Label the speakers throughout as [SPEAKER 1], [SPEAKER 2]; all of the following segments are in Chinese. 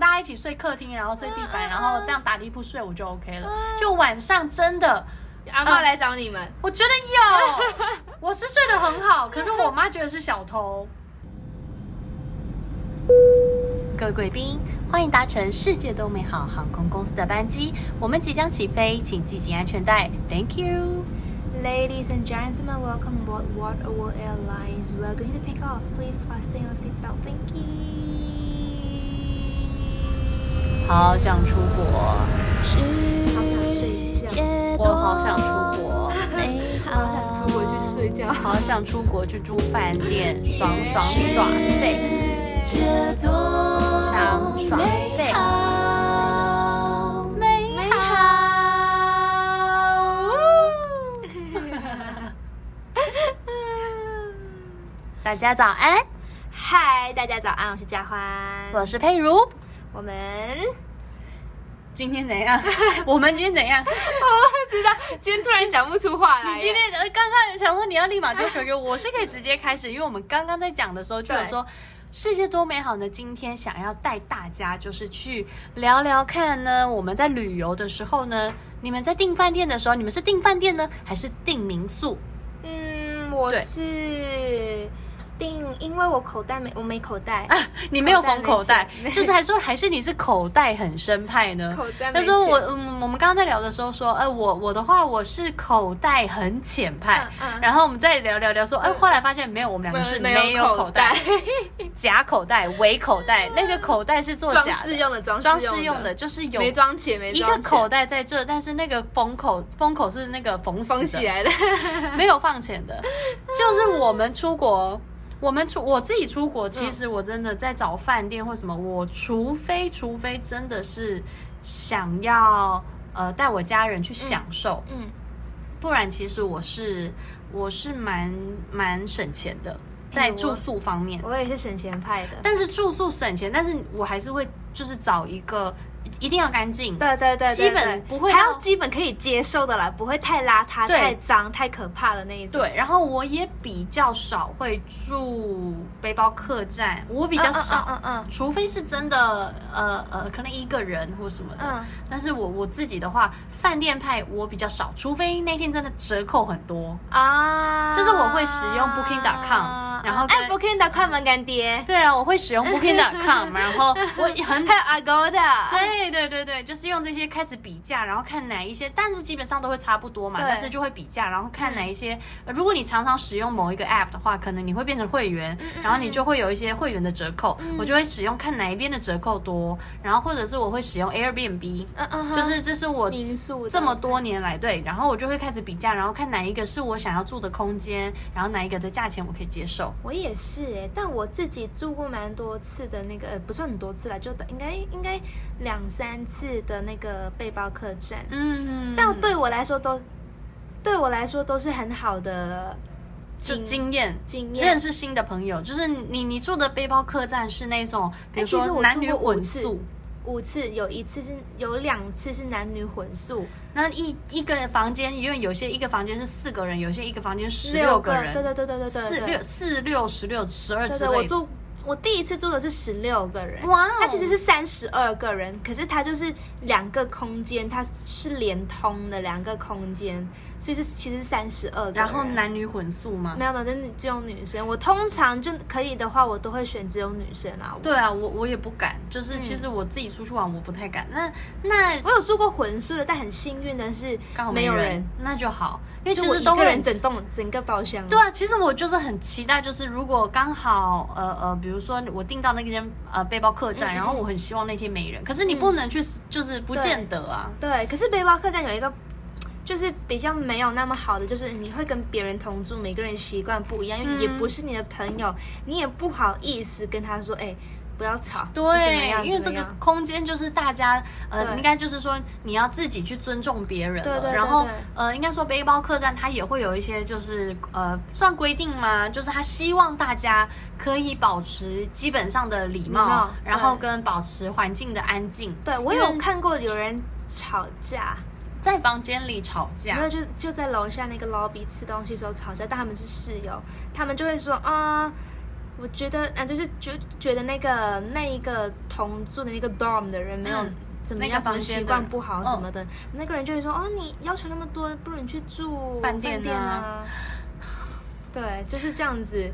[SPEAKER 1] 家一起睡客厅，然后睡地板，然后这样打地铺睡，我就 OK 了。就晚上真的，
[SPEAKER 2] 阿
[SPEAKER 3] 啊
[SPEAKER 2] 妈来找你们，
[SPEAKER 1] 我觉得有，我是睡得很好，可是我妈觉得是小偷。
[SPEAKER 4] 各位贵宾，欢迎搭乘世界都美好航空公司的班机，我们即将起飞，请系紧安全带。Thank you。
[SPEAKER 3] Ladies and gentlemen, welcome aboard World World Airlines. We are going to take off. Please fasten your seatbelt. Thank you.
[SPEAKER 4] 好想出国，
[SPEAKER 3] 好想睡觉，
[SPEAKER 4] 我好想出国，
[SPEAKER 2] 好想出国去睡觉。
[SPEAKER 4] 好想出国去住饭店，爽爽耍废，想耍废。美好，大家早安，
[SPEAKER 2] 嗨，大家早安，我是佳欢，
[SPEAKER 4] 我是佩如。
[SPEAKER 2] 我们
[SPEAKER 4] 今天怎样？我们今天怎样？
[SPEAKER 2] 哦今天突然讲不出
[SPEAKER 3] 哎
[SPEAKER 2] 话来，
[SPEAKER 4] 今天呃，刚刚想说你要立马丢球给我，我是可以直接开始，因为我们刚刚在讲的时候就有说。世界多美好呢！今天想要带大家就是去聊聊看呢，我们在旅游的时候呢，你们在订饭店的时候，你们是订饭店呢，还是订民宿？
[SPEAKER 3] 嗯，我
[SPEAKER 4] 对
[SPEAKER 3] 是定，因为我口袋没，我没口袋，
[SPEAKER 4] 你没有缝口袋
[SPEAKER 3] 口袋没，钱
[SPEAKER 4] 就是还说还是你是口袋很深派呢？
[SPEAKER 3] 口袋没
[SPEAKER 4] 他说
[SPEAKER 3] 钱
[SPEAKER 4] 我嗯，我们刚刚在聊的时候说，呃，我我的话我是口袋很浅派，
[SPEAKER 3] 嗯嗯
[SPEAKER 4] 然后我们再聊聊聊说，哎、后来发现没有，我们两个是没有口袋， 假口袋、伪口袋，那个口袋 是做假
[SPEAKER 2] 装
[SPEAKER 4] 的
[SPEAKER 2] 饰用的，装
[SPEAKER 4] 装
[SPEAKER 2] 饰
[SPEAKER 4] 饰
[SPEAKER 2] 用
[SPEAKER 4] 用
[SPEAKER 2] 的
[SPEAKER 4] 的，，就是有
[SPEAKER 2] 没装钱，没
[SPEAKER 4] 一
[SPEAKER 2] 装
[SPEAKER 4] 个口
[SPEAKER 2] 钱
[SPEAKER 4] 袋在这，但是那个封口封口是那个缝死的
[SPEAKER 2] 缝起来的，
[SPEAKER 4] 没有放钱的，就是我们出国，我们出我自己出国，其实我真的在找饭店或什么，我除非除非真的是想要呃带我家人去享受，
[SPEAKER 3] 嗯，
[SPEAKER 4] 不然其实我是我是蛮蛮省钱的，在
[SPEAKER 3] 嗯我
[SPEAKER 4] 住宿方面，
[SPEAKER 3] 我也是省钱派的。
[SPEAKER 4] 但是住宿省钱，但是我还是会就是找一个一定要干净，
[SPEAKER 3] 对对对，对
[SPEAKER 4] 基本
[SPEAKER 3] 对
[SPEAKER 4] 不会
[SPEAKER 3] 还
[SPEAKER 4] 到
[SPEAKER 3] 要基本可以接受的啦，不会太邋遢、
[SPEAKER 4] 对
[SPEAKER 3] 太脏、太可怕的那一种。
[SPEAKER 4] 对，然后我也比较少会住背包客栈，我比
[SPEAKER 3] 嗯，
[SPEAKER 4] 较少，
[SPEAKER 3] 嗯嗯
[SPEAKER 4] 除非是真的呃呃，可能一个人或什么的。
[SPEAKER 3] 嗯
[SPEAKER 4] 但是我我自己的话，饭店派我比较少，除非那天真的折扣很多。
[SPEAKER 3] 嗯啊，
[SPEAKER 4] 就是我会使用 Booking.com，然后跟
[SPEAKER 3] 哎，Booking.com 门干爹，
[SPEAKER 4] 对啊，我会使用 Booking.com，然后我 很。
[SPEAKER 3] 还有 Agoda，
[SPEAKER 4] 嗯对对对对，就是用这些开始比价，然后看哪一些，但是基本上都会差不多嘛，
[SPEAKER 3] 对
[SPEAKER 4] 但是就会比价，然后看哪一些。呃如果你常常使用某一个 app 的话，可能你会变成会员，然后你就会有一些会员的折扣，我就会使用看哪一边的折扣多，然后或者是我会使用 Airbnb，
[SPEAKER 3] 嗯嗯哼，
[SPEAKER 4] 就是这是我
[SPEAKER 3] 民宿的
[SPEAKER 4] 这么多年来对，然后我就会开始比价，然后看哪一个是我想要住的空间，然后哪一个的价钱我可以接受。
[SPEAKER 3] 我也是哎、但我自己住过蛮多次的那个，呃，不算很多次啦，就应该应该两三次的那个背包客栈，
[SPEAKER 4] 嗯，
[SPEAKER 3] 但对我来说都，对我来说都是很好的
[SPEAKER 4] 就
[SPEAKER 3] 经
[SPEAKER 4] 经验
[SPEAKER 3] 经验
[SPEAKER 4] 认。识新的朋友，就是你你住的背包客栈是那种，比如
[SPEAKER 3] 哎其实
[SPEAKER 4] 说
[SPEAKER 3] 我
[SPEAKER 4] 男女
[SPEAKER 3] 住过五
[SPEAKER 4] 混
[SPEAKER 3] 次
[SPEAKER 4] 宿，
[SPEAKER 3] 五次有一次是有两次是男女混宿，
[SPEAKER 4] 那一一个房间，因为有些一个房间是四个人，有些一个房间十
[SPEAKER 3] 六
[SPEAKER 4] 个人，
[SPEAKER 3] 对对对对对对，
[SPEAKER 4] 四
[SPEAKER 3] 对
[SPEAKER 4] 六四六十六十二之
[SPEAKER 3] 对对，我
[SPEAKER 4] 类的。
[SPEAKER 3] 住我第一次住的是十六个人，
[SPEAKER 4] 哇哦
[SPEAKER 3] 它其实是三十二个人，可是它就是两个空间，它是连通的两个空间，所以是其实是三十二个人。
[SPEAKER 4] 然后男女混宿嘛
[SPEAKER 3] 没，有没有，真的只有女生。我通常就可以的话，我都会选只有女生啊。我
[SPEAKER 4] 对，啊，我我也不敢，就是其实我自己出去玩我不太敢。那那
[SPEAKER 3] 嗯我有住过混宿的，但很幸运的是
[SPEAKER 4] 刚好
[SPEAKER 3] 没有
[SPEAKER 4] 人，
[SPEAKER 3] 人，
[SPEAKER 4] 那就好，因为其
[SPEAKER 3] 就我
[SPEAKER 4] 实
[SPEAKER 3] 一
[SPEAKER 4] 都
[SPEAKER 3] 个
[SPEAKER 4] 会
[SPEAKER 3] 人整栋整个包厢。
[SPEAKER 4] 对啊，其实我就是很期待，就是如果刚好呃呃，比如说我订到那间呃背包客
[SPEAKER 3] 嗯
[SPEAKER 4] 栈，然后我很希望那天没人，可是你不能去，就是不见得啊。
[SPEAKER 3] 对，可是背包客栈有一个。就是比较没有那么好的，就是你会跟别人同住，每个人习惯不一样，因为也不是你的朋友，你也不好意思跟他说，哎、不要吵，怎么样
[SPEAKER 4] 因为这
[SPEAKER 3] 怎么
[SPEAKER 4] 个
[SPEAKER 3] 样
[SPEAKER 4] 空间就是大家呃，
[SPEAKER 3] 对
[SPEAKER 4] 应该就是说你要自己去尊重别人了。
[SPEAKER 3] 对对对
[SPEAKER 4] 然后
[SPEAKER 3] 对
[SPEAKER 4] 呃，应该说背包客栈它也会有一些就是呃，算规定吗？就是它希望大家可以保持基本上的礼貌，
[SPEAKER 3] 礼貌
[SPEAKER 4] 然后
[SPEAKER 3] 对
[SPEAKER 4] 跟保持环境的安静。
[SPEAKER 3] 对我有看过有人吵架，
[SPEAKER 4] 在房间里吵架
[SPEAKER 3] 然，后就就在楼下那个 lobby 吃东西的时候吵架，但他们是室友，他们就会说，啊、我觉得，呃，就是觉觉得那个那一个同住的那个 dorm 的人没有
[SPEAKER 4] 嗯
[SPEAKER 3] 怎么
[SPEAKER 4] 那个
[SPEAKER 3] 样，什
[SPEAKER 4] 房
[SPEAKER 3] 么
[SPEAKER 4] 间
[SPEAKER 3] 习
[SPEAKER 4] 的
[SPEAKER 3] 惯
[SPEAKER 4] 人
[SPEAKER 3] 不好
[SPEAKER 4] 嗯
[SPEAKER 3] 什么的，那个人就会说，哦，你要求那么多，不如你去住
[SPEAKER 4] 饭店啊
[SPEAKER 3] 啊。 对，就是这样子，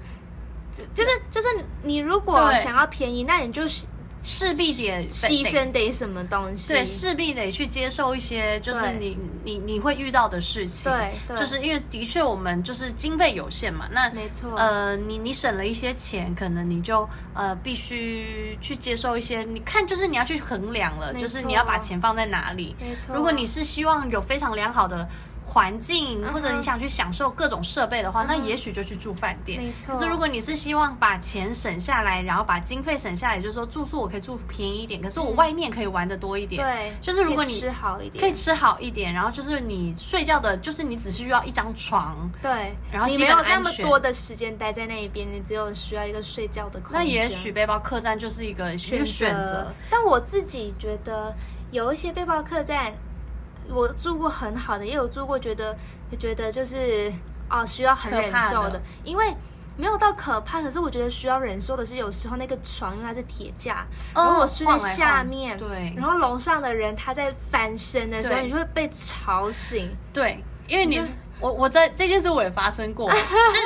[SPEAKER 3] 就就是就是你如果
[SPEAKER 4] 对
[SPEAKER 3] 想要便宜，那你就是
[SPEAKER 4] 势必得
[SPEAKER 3] 牺。
[SPEAKER 4] 得
[SPEAKER 3] 牲得什么东西。
[SPEAKER 4] 对，势必得去接受一些，就是
[SPEAKER 3] 对
[SPEAKER 4] 你你你会遇到的事情。
[SPEAKER 3] 对对
[SPEAKER 4] 就是因为的确我们就是经费有限嘛，那
[SPEAKER 3] 没错
[SPEAKER 4] 呃，你你省了一些钱，可能你就呃必须去接受一些，你看就是你要去衡量了，
[SPEAKER 3] 没
[SPEAKER 4] 就是
[SPEAKER 3] 错
[SPEAKER 4] 你要把钱放在哪里。
[SPEAKER 3] 没错
[SPEAKER 4] 如果你是希望有非常良好的环
[SPEAKER 3] 嗯
[SPEAKER 4] 境，或者你想去享受各种设备的话，那也许就去住饭店。
[SPEAKER 3] 没错
[SPEAKER 4] 可是如果你是希望把钱省下来，然后把经费省下来，就是说住宿我可以住便宜一点，可是我外面可以玩的多一点。
[SPEAKER 3] 嗯对，
[SPEAKER 4] 就是如果
[SPEAKER 3] 可以
[SPEAKER 4] 你
[SPEAKER 3] 吃好一点，
[SPEAKER 4] 可以吃好一点，然后就是你睡觉的，就是你只需要一张床，
[SPEAKER 3] 对，
[SPEAKER 4] 然后
[SPEAKER 3] 你
[SPEAKER 4] 基
[SPEAKER 3] 没
[SPEAKER 4] 本
[SPEAKER 3] 有那
[SPEAKER 4] 安
[SPEAKER 3] 么
[SPEAKER 4] 全
[SPEAKER 3] 多的时间待在那一边，你只有需要一个睡觉的空间。
[SPEAKER 4] 那也许背包客栈就是一个一个选择。，
[SPEAKER 3] 但我自己觉得有一些背包客栈，我住过很好的，也有住过觉得觉得就是哦需要很
[SPEAKER 4] 可
[SPEAKER 3] 忍
[SPEAKER 4] 怕
[SPEAKER 3] 受
[SPEAKER 4] 的
[SPEAKER 3] 的，因为。没有到可怕，可是我觉得需要忍受的是，有时候那个床因为它是铁架，
[SPEAKER 4] 哦
[SPEAKER 3] 然后我睡在
[SPEAKER 4] 晃来晃
[SPEAKER 3] 下面，
[SPEAKER 4] 对
[SPEAKER 3] 然后楼上的人他在翻身的时候，
[SPEAKER 4] 对
[SPEAKER 3] 你就会被吵醒，
[SPEAKER 4] 对，因为你我我在这件事我也发生过， 就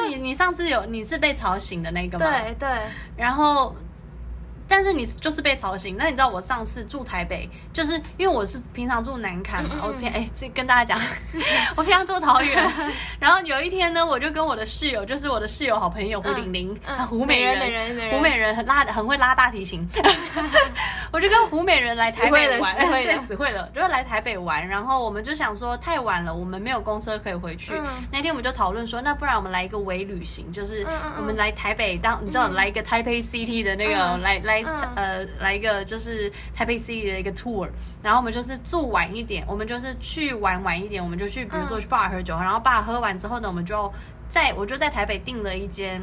[SPEAKER 4] 是你你上次有你是被吵醒的那个吗？
[SPEAKER 3] 对对，
[SPEAKER 4] 然后，但是你就是被吵醒。那你知道我上次住台北，就是因为我是平常住南坎嘛，
[SPEAKER 3] 嗯嗯嗯
[SPEAKER 4] 我平哎、这跟大 家讲，我平常住桃园。然后有一天呢，我就跟我的室友，就是我的室友好朋友胡玲玲，
[SPEAKER 3] 嗯
[SPEAKER 4] 啊胡美人，
[SPEAKER 3] 美人美人美人
[SPEAKER 4] 胡美人很拉很会拉大提 琴。我就跟胡美人来台北玩，
[SPEAKER 3] 死会了死会了
[SPEAKER 4] 对，死会了，就是来台北玩。然后我们就想说太晚了，我们没有公车可以回去。
[SPEAKER 3] 嗯
[SPEAKER 4] 那天我们就讨论说，那不然我们来一个微旅行，就是
[SPEAKER 3] 嗯嗯嗯
[SPEAKER 4] 我们来台北当，你知道来一个台北 City 的那个，
[SPEAKER 3] 嗯
[SPEAKER 4] 来来
[SPEAKER 3] 嗯
[SPEAKER 4] 呃来一个就是台北 City 的一个 tour。然后我们就是住晚一点，我们就是去玩晚一点，我们就去比
[SPEAKER 3] 嗯
[SPEAKER 4] 如说去 bar 喝酒，然后 bar 喝完之后呢，我们就在我就在台北订了一间。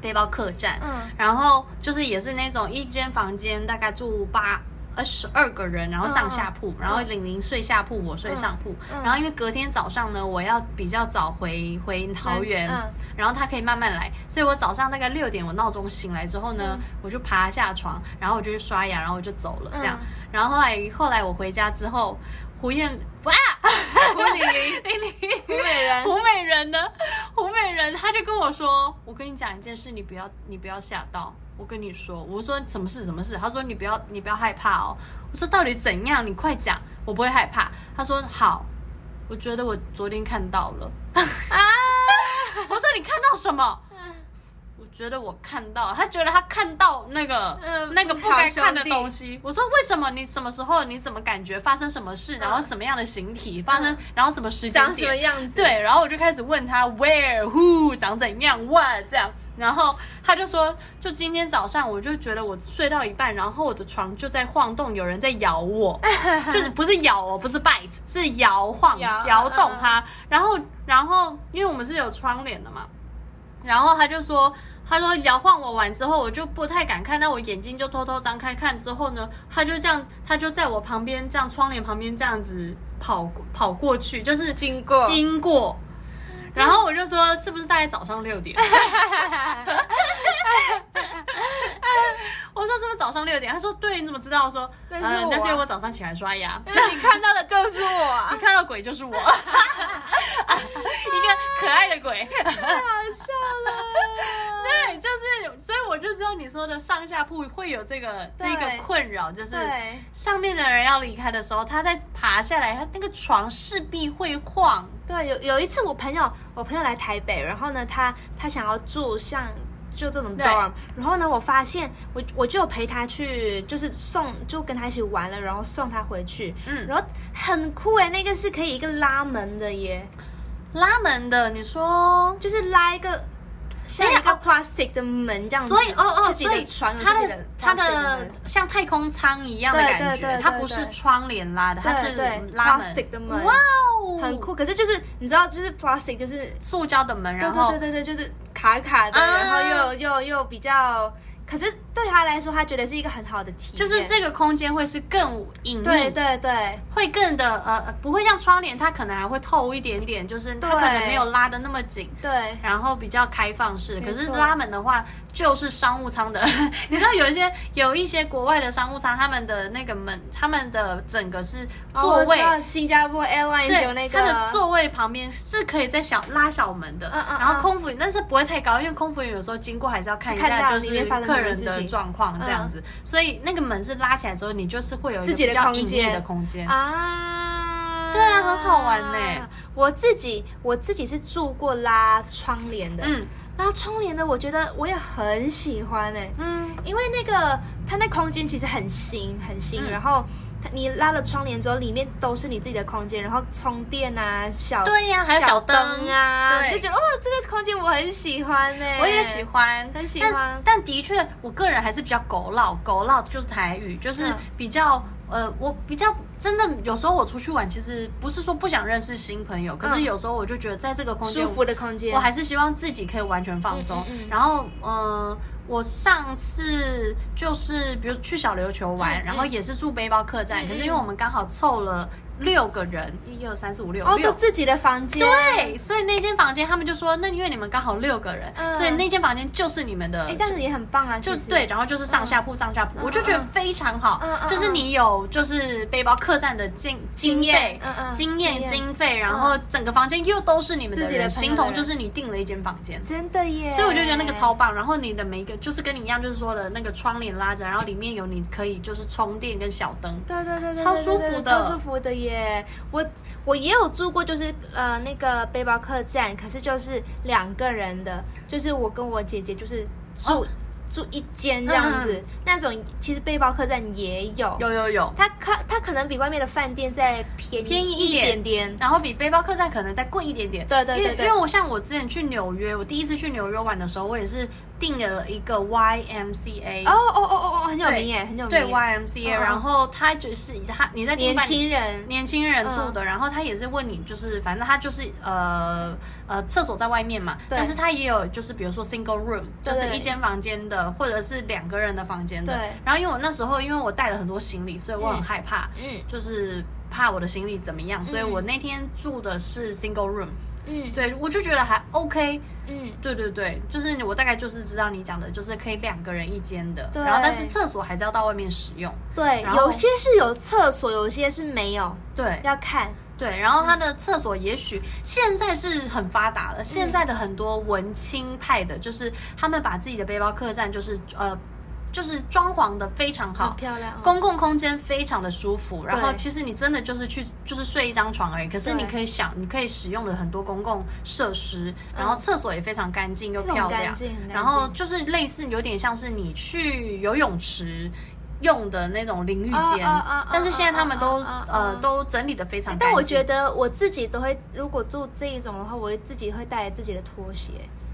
[SPEAKER 4] 背包客栈，
[SPEAKER 3] 嗯
[SPEAKER 4] 然后就是也是那种一间房间大概住八呃十二个人，然后上下铺，然后玲玲睡下铺，我睡上铺。
[SPEAKER 3] 嗯
[SPEAKER 4] 然后因为隔天早上呢，我要比较早回回桃园，
[SPEAKER 3] 嗯
[SPEAKER 4] 然后他可以慢慢来，所以我早上大概六点我闹钟醒来之后呢，我就爬下床，然后我就去刷牙，然后我就走了这样。
[SPEAKER 3] 嗯
[SPEAKER 4] 然后后来后来我回家之后，胡燕哇，胡玲 玲玲玲。
[SPEAKER 3] 胡美人，
[SPEAKER 4] 胡美人呢？胡美人，他就跟我说：“我跟你讲一件事，你不要，你不要吓到。我跟你说，我说什么事什么事？他说你不要，你不要害怕哦。我说到底怎样？你快讲，我不会害怕。他说好，我觉得我昨天看到了。
[SPEAKER 3] 啊
[SPEAKER 4] 我说你看到什么？我觉得我看到了，他觉得他看到那个、
[SPEAKER 3] 嗯
[SPEAKER 4] 那个不该看的
[SPEAKER 3] 好兄弟
[SPEAKER 4] 东西。我说为什么？你什么时候？你怎么感觉发生什么事？然后什么样的形体发生？然后什么时间
[SPEAKER 3] 嗯长
[SPEAKER 4] 点？
[SPEAKER 3] 什么样子？
[SPEAKER 4] 对，然后我就开始问他 where who 长怎样 what 这样，然后他就说，就今天早上我就觉得我睡到一半，然后我的床就在晃动，有人在咬 我，就是不是咬哦，不是 bite，是摇晃
[SPEAKER 3] 摇
[SPEAKER 4] 摇动
[SPEAKER 3] 嗯嗯
[SPEAKER 4] 它，然后然后因为我们是有窗帘的嘛，然后他就说，他说摇晃我完之后，我就不太敢看，那我眼睛就偷偷张开看之后呢，他就这样，他就在我旁边这样窗帘旁边这样子跑过跑过去，就是
[SPEAKER 3] 经过
[SPEAKER 4] 经过。
[SPEAKER 3] 嗯
[SPEAKER 4] 然后我就说，是不是大概早上六点？ 我说是不是早上六点？他说对，你怎么知道？我说呃
[SPEAKER 3] 那是我啊
[SPEAKER 4] 那是因为我早上起来刷牙。
[SPEAKER 3] 你看到的就是我啊、
[SPEAKER 4] 你看到鬼 就是我，一个可爱的 鬼。
[SPEAKER 3] 好笑了。
[SPEAKER 4] 对，就是，所以我就知道你说的上下铺会有这个这
[SPEAKER 3] 对
[SPEAKER 4] 个困扰，就是
[SPEAKER 3] 对，
[SPEAKER 4] 上面的人要离开的时候，他在爬下来，他那个床势必会晃。
[SPEAKER 3] 对，有有一次我朋友，我朋友来台北，然后呢，他他想要住像。就这种
[SPEAKER 4] 对
[SPEAKER 3] dorm，然后呢，我发现我我就有陪他去，就是送，就跟他一起玩了，然后送他回去，
[SPEAKER 4] 嗯
[SPEAKER 3] 然后很酷哎，那个是可以一个拉门的耶，
[SPEAKER 4] 拉门的，你说，
[SPEAKER 3] 就是拉一个像一个 plastic 的门这样子，
[SPEAKER 4] 哦所以哦哦，
[SPEAKER 3] 自己
[SPEAKER 4] 所
[SPEAKER 3] 的
[SPEAKER 4] 以
[SPEAKER 3] 床有自
[SPEAKER 4] 它
[SPEAKER 3] 己
[SPEAKER 4] 的它
[SPEAKER 3] plastic 的
[SPEAKER 4] 的
[SPEAKER 3] 门
[SPEAKER 4] 像太空舱一样的
[SPEAKER 3] 对
[SPEAKER 4] 感
[SPEAKER 3] 对对
[SPEAKER 4] 觉，
[SPEAKER 3] 对
[SPEAKER 4] 它不是
[SPEAKER 3] 对
[SPEAKER 4] 窗帘拉的，它是
[SPEAKER 3] 对对
[SPEAKER 4] 拉门
[SPEAKER 3] plastic 的门
[SPEAKER 4] 哇哦，
[SPEAKER 3] 很酷，可是就是你知道，就是 plastic 就是
[SPEAKER 4] 塑胶的门，然后
[SPEAKER 3] 对对对对对，就是卡卡的，
[SPEAKER 4] 啊
[SPEAKER 3] 然后又又又比较，可是对他来说，他觉得是一个很好的体验，
[SPEAKER 4] 就是这个空间会是更隐秘，
[SPEAKER 3] 对对对，
[SPEAKER 4] 会更的呃，呃不会像窗帘，它可能还会透一点点，就是它
[SPEAKER 3] 对
[SPEAKER 4] 可能没有拉的那么紧。
[SPEAKER 3] 对，
[SPEAKER 4] 然后比较开放式，可
[SPEAKER 3] 没错
[SPEAKER 4] 是拉门的话就是商务舱的， 你知道有一些有一些国外的商务舱，他们的那个门，他们的整个是座
[SPEAKER 3] 哦我
[SPEAKER 4] 位，
[SPEAKER 3] 知道新加坡 Airlines 有
[SPEAKER 4] 对，
[SPEAKER 3] 那个
[SPEAKER 4] 它的座位旁边是可以在小拉小门的，
[SPEAKER 3] 嗯嗯
[SPEAKER 4] 然后空服员但是不会太高，因为空服员有时候经过还是要看一
[SPEAKER 3] 看
[SPEAKER 4] 下
[SPEAKER 3] 到
[SPEAKER 4] 就
[SPEAKER 3] 里
[SPEAKER 4] 是
[SPEAKER 3] 面发生什
[SPEAKER 4] 客
[SPEAKER 3] 么
[SPEAKER 4] 人
[SPEAKER 3] 事
[SPEAKER 4] 的
[SPEAKER 3] 情嗯
[SPEAKER 4] 状况这样子，所以那个门是拉起来之后，你就是会有一个
[SPEAKER 3] 自己
[SPEAKER 4] 比
[SPEAKER 3] 的
[SPEAKER 4] 较
[SPEAKER 3] 空
[SPEAKER 4] 隐
[SPEAKER 3] 间
[SPEAKER 4] 秘的空间。
[SPEAKER 3] 啊，
[SPEAKER 4] 对啊很好玩呢
[SPEAKER 3] 我自己我自己是住过拉窗帘的，
[SPEAKER 4] 嗯
[SPEAKER 3] 拉窗帘的，我觉得我也很喜欢哎、
[SPEAKER 4] 嗯，
[SPEAKER 3] 因为那个它那空间其实很新很新，
[SPEAKER 4] 嗯
[SPEAKER 3] 然后它你拉了窗帘之后，里面都是你自己的空间，然后充电啊，小
[SPEAKER 4] 对呀还有
[SPEAKER 3] 小
[SPEAKER 4] 小灯
[SPEAKER 3] 啊，
[SPEAKER 4] 对
[SPEAKER 3] 就觉得哦，这个空间我很喜欢欸呢、
[SPEAKER 4] 我也喜欢，
[SPEAKER 3] 嗯很喜
[SPEAKER 4] 但
[SPEAKER 3] 欢
[SPEAKER 4] 但的确，我个人还是比较狗闹，狗闹就是台语，就是
[SPEAKER 3] 嗯
[SPEAKER 4] 比较、呃，我比较真的有时候我出去玩，其实不是说不想认识新朋友，可是
[SPEAKER 3] 嗯
[SPEAKER 4] 有时候我就觉得在这个空间
[SPEAKER 3] 舒服的空间，
[SPEAKER 4] 我还是希望自己可以完全放松。
[SPEAKER 3] 嗯嗯嗯
[SPEAKER 4] 然后，嗯、我上次就是比如去小琉球玩，
[SPEAKER 3] 嗯嗯
[SPEAKER 4] 然后也是住背包客栈，可是因为我们刚好凑了六个人，一二三四五六
[SPEAKER 3] 哦，
[SPEAKER 4] 六
[SPEAKER 3] 就自己的房间，
[SPEAKER 4] 对，所以那间房间他们就说，那因为你们刚好六个人，
[SPEAKER 3] 嗯
[SPEAKER 4] 所以那间房间就是嗯你们的。
[SPEAKER 3] 哎，但是也很棒啊，
[SPEAKER 4] 就
[SPEAKER 3] 其实
[SPEAKER 4] 对，，然后就是上下铺，上下铺，我就觉得非常好
[SPEAKER 3] 嗯嗯。嗯
[SPEAKER 4] 就是你有就是背包客栈的经经费
[SPEAKER 3] 验嗯、嗯
[SPEAKER 4] 经
[SPEAKER 3] 经
[SPEAKER 4] 验、
[SPEAKER 3] 验
[SPEAKER 4] 经费，然后整个房间又都是你们的
[SPEAKER 3] 自己的
[SPEAKER 4] 人，
[SPEAKER 3] 朋友
[SPEAKER 4] 形
[SPEAKER 3] 的
[SPEAKER 4] 同
[SPEAKER 3] 人
[SPEAKER 4] 就是你订了一间房间。
[SPEAKER 3] 真的耶，
[SPEAKER 4] 所以我就觉得那个超棒，然后你的每一个就是跟你一样，就是说的那个窗帘拉着，然后里面有你可以就是充电跟小灯，
[SPEAKER 3] 对对对对，
[SPEAKER 4] 超
[SPEAKER 3] 对
[SPEAKER 4] 舒
[SPEAKER 3] 对
[SPEAKER 4] 服
[SPEAKER 3] 对
[SPEAKER 4] 的
[SPEAKER 3] 超舒服的耶！我我也有住过，就是呃那个背包客栈，可是就是两个人的，就是我跟我姐姐就是住、
[SPEAKER 4] 哦
[SPEAKER 3] 住一间这样子，
[SPEAKER 4] 嗯
[SPEAKER 3] 那种其实背包客栈也有，
[SPEAKER 4] 有有有，
[SPEAKER 3] 它可它可能比外面的饭店再便宜
[SPEAKER 4] 便宜
[SPEAKER 3] 一
[SPEAKER 4] 一
[SPEAKER 3] 点
[SPEAKER 4] 点
[SPEAKER 3] 点，
[SPEAKER 4] 然后比背包客栈可能再贵一点点。
[SPEAKER 3] 对对对
[SPEAKER 4] 因为
[SPEAKER 3] 对
[SPEAKER 4] 因为我像我之前去纽约，我第一次去纽约玩的时候，我也是订了一个 YMCA
[SPEAKER 3] 哦。哦哦哦哦，很有
[SPEAKER 4] 对
[SPEAKER 3] 名耶，很有名耶，
[SPEAKER 4] 对 YMCA，、
[SPEAKER 3] 嗯嗯
[SPEAKER 4] 然后他就是他你在订
[SPEAKER 3] 年
[SPEAKER 4] 饭
[SPEAKER 3] 轻人，
[SPEAKER 4] 年轻人住
[SPEAKER 3] 嗯
[SPEAKER 4] 的，然后他也是问你，就是反正他就是呃呃厕所在外面嘛，
[SPEAKER 3] 对
[SPEAKER 4] 但是他也有就是比如说 single room，
[SPEAKER 3] 对
[SPEAKER 4] 就是一间房间的，或者是两个人的房间的。
[SPEAKER 3] 对
[SPEAKER 4] 然后因为我那时候因为我带了很多行李，所以我很
[SPEAKER 3] 嗯
[SPEAKER 4] 害怕，
[SPEAKER 3] 嗯
[SPEAKER 4] 就是怕我的行李怎么样，所以
[SPEAKER 3] 嗯
[SPEAKER 4] 我那天住的是 single room，
[SPEAKER 3] 嗯
[SPEAKER 4] 对我就觉得还 OK。
[SPEAKER 3] 嗯，
[SPEAKER 4] 对对对，就是我大概就是知道你讲的，就是可以两个人一间的，
[SPEAKER 3] 对
[SPEAKER 4] 然后但是厕所还是要到外面使用。
[SPEAKER 3] 对，
[SPEAKER 4] 然后
[SPEAKER 3] 有些是有厕所，有些是没有，
[SPEAKER 4] 对，
[SPEAKER 3] 要看。
[SPEAKER 4] 对，然后它的厕所也许现在是很发达了，现在的很多文青派的，就是他们把自己的背包客栈就是呃，就是装潢的非常
[SPEAKER 3] 好
[SPEAKER 4] 好。
[SPEAKER 3] 漂亮、哦，
[SPEAKER 4] 公共空间非常的舒服，然后
[SPEAKER 3] 对
[SPEAKER 4] 其实你真的就是去就是睡一张床而已，可是你可以想，你可以使用的很多公共设施，然后厕所也非常干净又
[SPEAKER 3] 嗯这种
[SPEAKER 4] 漂
[SPEAKER 3] 干
[SPEAKER 4] 亮
[SPEAKER 3] 净很干，净
[SPEAKER 4] 然后就是类似有点像是你去游泳池用的那种淋浴间
[SPEAKER 3] 啊啊啊啊，
[SPEAKER 4] 但是现在他们都
[SPEAKER 3] 啊啊啊啊哎
[SPEAKER 4] 呃都整理的非常干净，
[SPEAKER 3] 但我觉得我自己都会，如果做这一种的话，我会自己会带来自己的拖鞋，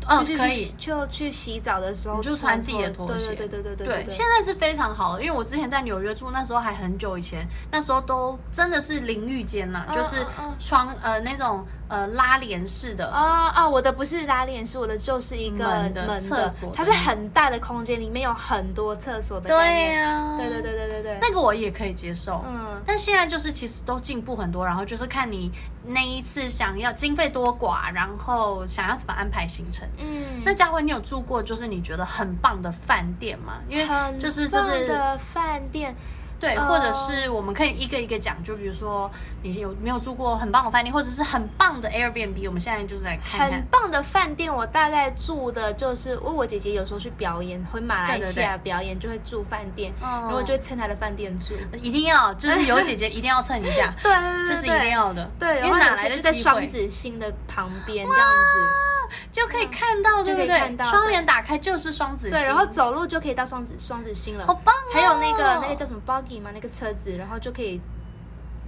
[SPEAKER 4] 嗯，
[SPEAKER 3] 就
[SPEAKER 4] 可
[SPEAKER 3] 去
[SPEAKER 4] 以
[SPEAKER 3] 洗，就去洗澡的时候
[SPEAKER 4] 你就穿自己的拖鞋
[SPEAKER 3] 对对对对
[SPEAKER 4] 对，
[SPEAKER 3] 对
[SPEAKER 4] 现在是非常好的，因为我之前在纽约住，那时候还很久以前，那时候都真的是淋浴间啦，
[SPEAKER 3] 嗯
[SPEAKER 4] 就是
[SPEAKER 3] 嗯嗯
[SPEAKER 4] 窗呃那种呃拉帘式的，
[SPEAKER 3] 哦哦，我的不是拉链，是我的就是一个
[SPEAKER 4] 门的
[SPEAKER 3] 的
[SPEAKER 4] 厕所的
[SPEAKER 3] 它是很大的空间，里面有很多厕所的概
[SPEAKER 4] 对
[SPEAKER 3] 念。
[SPEAKER 4] 呀、
[SPEAKER 3] 对对对对对对，
[SPEAKER 4] 那个我也可以接受，
[SPEAKER 3] 嗯
[SPEAKER 4] 但现在就是其实都进步很多，然后就是看你那一次想要经费多寡，然后想要怎么安排行程。
[SPEAKER 3] 嗯，
[SPEAKER 4] 那佳慧，你有住过就是你觉得很棒的饭店吗？因为
[SPEAKER 3] 很
[SPEAKER 4] 就是就
[SPEAKER 3] 棒
[SPEAKER 4] 是
[SPEAKER 3] 的饭店，
[SPEAKER 4] 对，
[SPEAKER 3] 呃
[SPEAKER 4] 或者是我们可以一个一个讲，就比如说你有没有住过很棒的饭店，或者是很棒的 Airbnb，我们现在就是来看
[SPEAKER 3] 很
[SPEAKER 4] 看。
[SPEAKER 3] 棒的饭店，我大概住的就是，因为我姐姐有时候去表演，回马来西亚表演就会住饭店，
[SPEAKER 4] 嗯
[SPEAKER 3] 然后我 就会蹭她的饭店 住。
[SPEAKER 4] 一定要，就是有姐姐一定要蹭一下，
[SPEAKER 3] 对对对对，
[SPEAKER 4] 这是一定要的。
[SPEAKER 3] 对，
[SPEAKER 4] 因为
[SPEAKER 3] 然后
[SPEAKER 4] 哪
[SPEAKER 3] 有些
[SPEAKER 4] 来的
[SPEAKER 3] 就在
[SPEAKER 4] 机
[SPEAKER 3] 双
[SPEAKER 4] 会
[SPEAKER 3] 子星的旁边这样子，
[SPEAKER 4] 就可以看到，对
[SPEAKER 3] 嗯就可
[SPEAKER 4] 不
[SPEAKER 3] 以看
[SPEAKER 4] 对？
[SPEAKER 3] 到
[SPEAKER 4] 窗帘打开就是双子星，
[SPEAKER 3] 对，然后走路就可以到双子双子星了，
[SPEAKER 4] 好棒哦
[SPEAKER 3] 还有那个那个叫什么 buggy 嘛，那个车子，然后就可以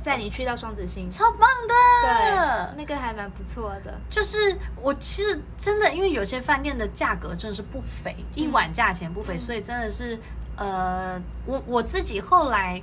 [SPEAKER 3] 载你去到双子星，
[SPEAKER 4] 超棒
[SPEAKER 3] 对
[SPEAKER 4] 的，。
[SPEAKER 3] 那个还蛮不错的。
[SPEAKER 4] 就是我其实真的，因为有些饭店的价格真的是不菲，一碗价钱不菲，
[SPEAKER 3] 嗯
[SPEAKER 4] 所以真的是，呃，我我自己后来。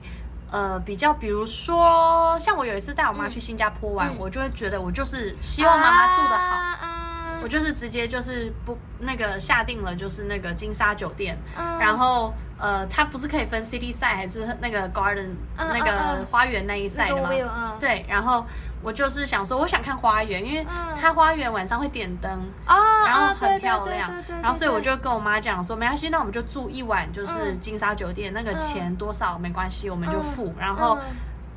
[SPEAKER 4] 呃，比较，比如说，像我有一次带我妈去新加坡玩，
[SPEAKER 3] 嗯
[SPEAKER 4] 我就会觉得我就是希望妈妈住的好，
[SPEAKER 3] 啊，啊
[SPEAKER 4] 我就是直接就是不那个下定了，就是那个金沙酒店，
[SPEAKER 3] 嗯
[SPEAKER 4] 然后呃，它不是可以分 city side 还是那个 garden、
[SPEAKER 3] 嗯
[SPEAKER 4] 那
[SPEAKER 3] 嗯
[SPEAKER 4] 个
[SPEAKER 3] 嗯
[SPEAKER 4] 花园那一 side 的
[SPEAKER 3] 那个
[SPEAKER 4] 吗？
[SPEAKER 3] wheel，嗯，
[SPEAKER 4] 对，然后我就是想说，我想看花园，因为
[SPEAKER 3] 嗯
[SPEAKER 4] 它花园晚上会点灯，
[SPEAKER 3] 哦，
[SPEAKER 4] 然后
[SPEAKER 3] 哦对
[SPEAKER 4] 很
[SPEAKER 3] 对
[SPEAKER 4] 漂
[SPEAKER 3] 对
[SPEAKER 4] 亮
[SPEAKER 3] 对对，
[SPEAKER 4] 然后所以我
[SPEAKER 3] 对
[SPEAKER 4] 就跟我妈讲说，没关系，那我们就住一晚，就是
[SPEAKER 3] 嗯
[SPEAKER 4] 金沙酒店，那个
[SPEAKER 3] 嗯
[SPEAKER 4] 钱多少没关系，我们就
[SPEAKER 3] 嗯
[SPEAKER 4] 付。然后
[SPEAKER 3] 嗯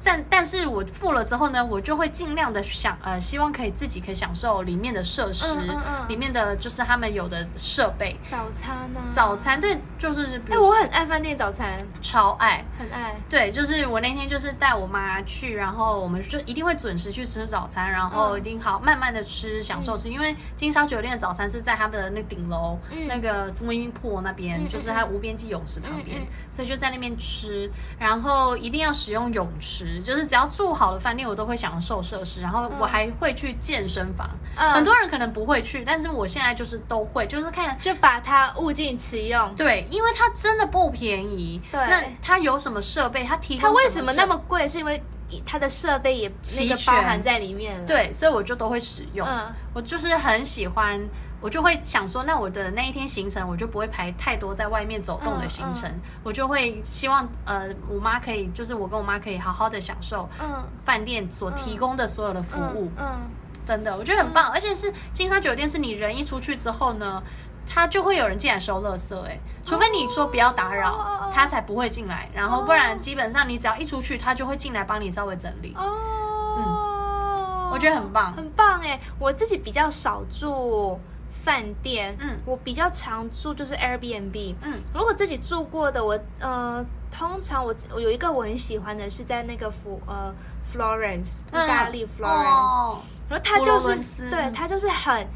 [SPEAKER 4] 但但是我付了之后呢，我就会尽量的享呃，希望可以自己可以享受里面的设施
[SPEAKER 3] 嗯嗯嗯，
[SPEAKER 4] 里面的就是他们有的设备，
[SPEAKER 3] 早餐呢，
[SPEAKER 4] 早餐对，就是比
[SPEAKER 3] 哎，
[SPEAKER 4] 如说
[SPEAKER 3] 我很爱饭店早餐，
[SPEAKER 4] 超爱。
[SPEAKER 3] 很爱，
[SPEAKER 4] 对，就是我那天就是带我妈去，然后我们就一定会准时去吃早餐，然
[SPEAKER 3] 嗯
[SPEAKER 4] 后一定好慢慢的吃，享受吃，因为金沙酒店的早餐是在他们的那顶楼、
[SPEAKER 3] 嗯
[SPEAKER 4] 那个 swimming pool 那边，
[SPEAKER 3] 嗯
[SPEAKER 4] 就是它无边际泳池旁边，
[SPEAKER 3] 嗯嗯
[SPEAKER 4] 所以就在那边吃，然后一定要使用泳池，就是只要住好的饭店，我都会享受设施，然后我还会去健身房，
[SPEAKER 3] 嗯
[SPEAKER 4] 很多人可能不会去，但是我现在就是都会，就是看
[SPEAKER 3] 就把它物尽其用。
[SPEAKER 4] 对，因为它真的不便宜。
[SPEAKER 3] 对
[SPEAKER 4] 那它有什么设备？它提供
[SPEAKER 3] 它为
[SPEAKER 4] 什
[SPEAKER 3] 什
[SPEAKER 4] 么
[SPEAKER 3] 么
[SPEAKER 4] 设
[SPEAKER 3] 那么贵？是因为它的设备也那
[SPEAKER 4] 齐
[SPEAKER 3] 个
[SPEAKER 4] 全
[SPEAKER 3] 包含在里面了。，
[SPEAKER 4] 对，所以我就都会使用。
[SPEAKER 3] 嗯
[SPEAKER 4] 我就是很喜欢，我就会想说，那我的那一天行程，我就不会排太多在外面走动
[SPEAKER 3] 嗯
[SPEAKER 4] 的行程，我就会希望呃，我妈可以，就是我跟我妈可以好好的享受
[SPEAKER 3] 嗯，
[SPEAKER 4] 饭店所提供的所有的服
[SPEAKER 3] 嗯
[SPEAKER 4] 务，
[SPEAKER 3] 嗯，
[SPEAKER 4] 真的我觉得很棒。而且是金沙酒店，是你人一出去之后呢。他就会有人进来收垃圾、哎，除非你说不要打扰，
[SPEAKER 3] 哦
[SPEAKER 4] 他才不会进来。然后不然，基本上你只要一出去，他就会进来帮你稍微整理。
[SPEAKER 3] 嗯哦，
[SPEAKER 4] 我觉得很棒
[SPEAKER 3] 很棒哎！我自己比较少住饭店，
[SPEAKER 4] 嗯
[SPEAKER 3] 我比较常住就是 Airbnb，
[SPEAKER 4] 嗯
[SPEAKER 3] 如果自己住过的，我呃，通常我我有一个我很喜欢的是在那个佛呃 Florence，意
[SPEAKER 4] 嗯
[SPEAKER 3] 大利 Florence，、
[SPEAKER 4] 哦
[SPEAKER 3] 然后它就
[SPEAKER 4] 佛罗伦
[SPEAKER 3] 是
[SPEAKER 4] 斯
[SPEAKER 3] 对，它就是很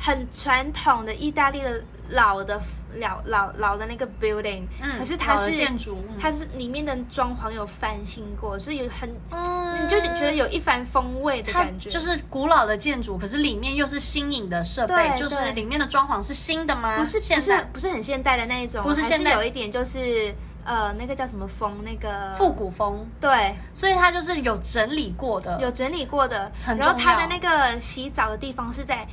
[SPEAKER 3] 很传统的意大利的老的老老老的那个 building，、
[SPEAKER 4] 嗯
[SPEAKER 3] 可是它
[SPEAKER 4] 老的
[SPEAKER 3] 是
[SPEAKER 4] 建筑嗯
[SPEAKER 3] 它是里面的装潢有翻新过，所以有很、
[SPEAKER 4] 嗯
[SPEAKER 3] 你就觉得有一番风味的
[SPEAKER 4] 它
[SPEAKER 3] 感觉，
[SPEAKER 4] 就是古老的建筑，可是里面又是新颖的设备，
[SPEAKER 3] 对
[SPEAKER 4] 就是
[SPEAKER 3] 对
[SPEAKER 4] 里面的装潢是新的吗？
[SPEAKER 3] 不是
[SPEAKER 4] 现
[SPEAKER 3] 不
[SPEAKER 4] 代
[SPEAKER 3] 是不是很现代的那一种，啊
[SPEAKER 4] 不是
[SPEAKER 3] 还
[SPEAKER 4] 现代
[SPEAKER 3] 有一点就是呃那个叫什么风那个
[SPEAKER 4] 复古风，
[SPEAKER 3] 对，
[SPEAKER 4] 所以它就是有整理过的，
[SPEAKER 3] 有整理过的，
[SPEAKER 4] 很
[SPEAKER 3] 然后
[SPEAKER 4] 重
[SPEAKER 3] 它的
[SPEAKER 4] 要
[SPEAKER 3] 那个洗澡的地方是在。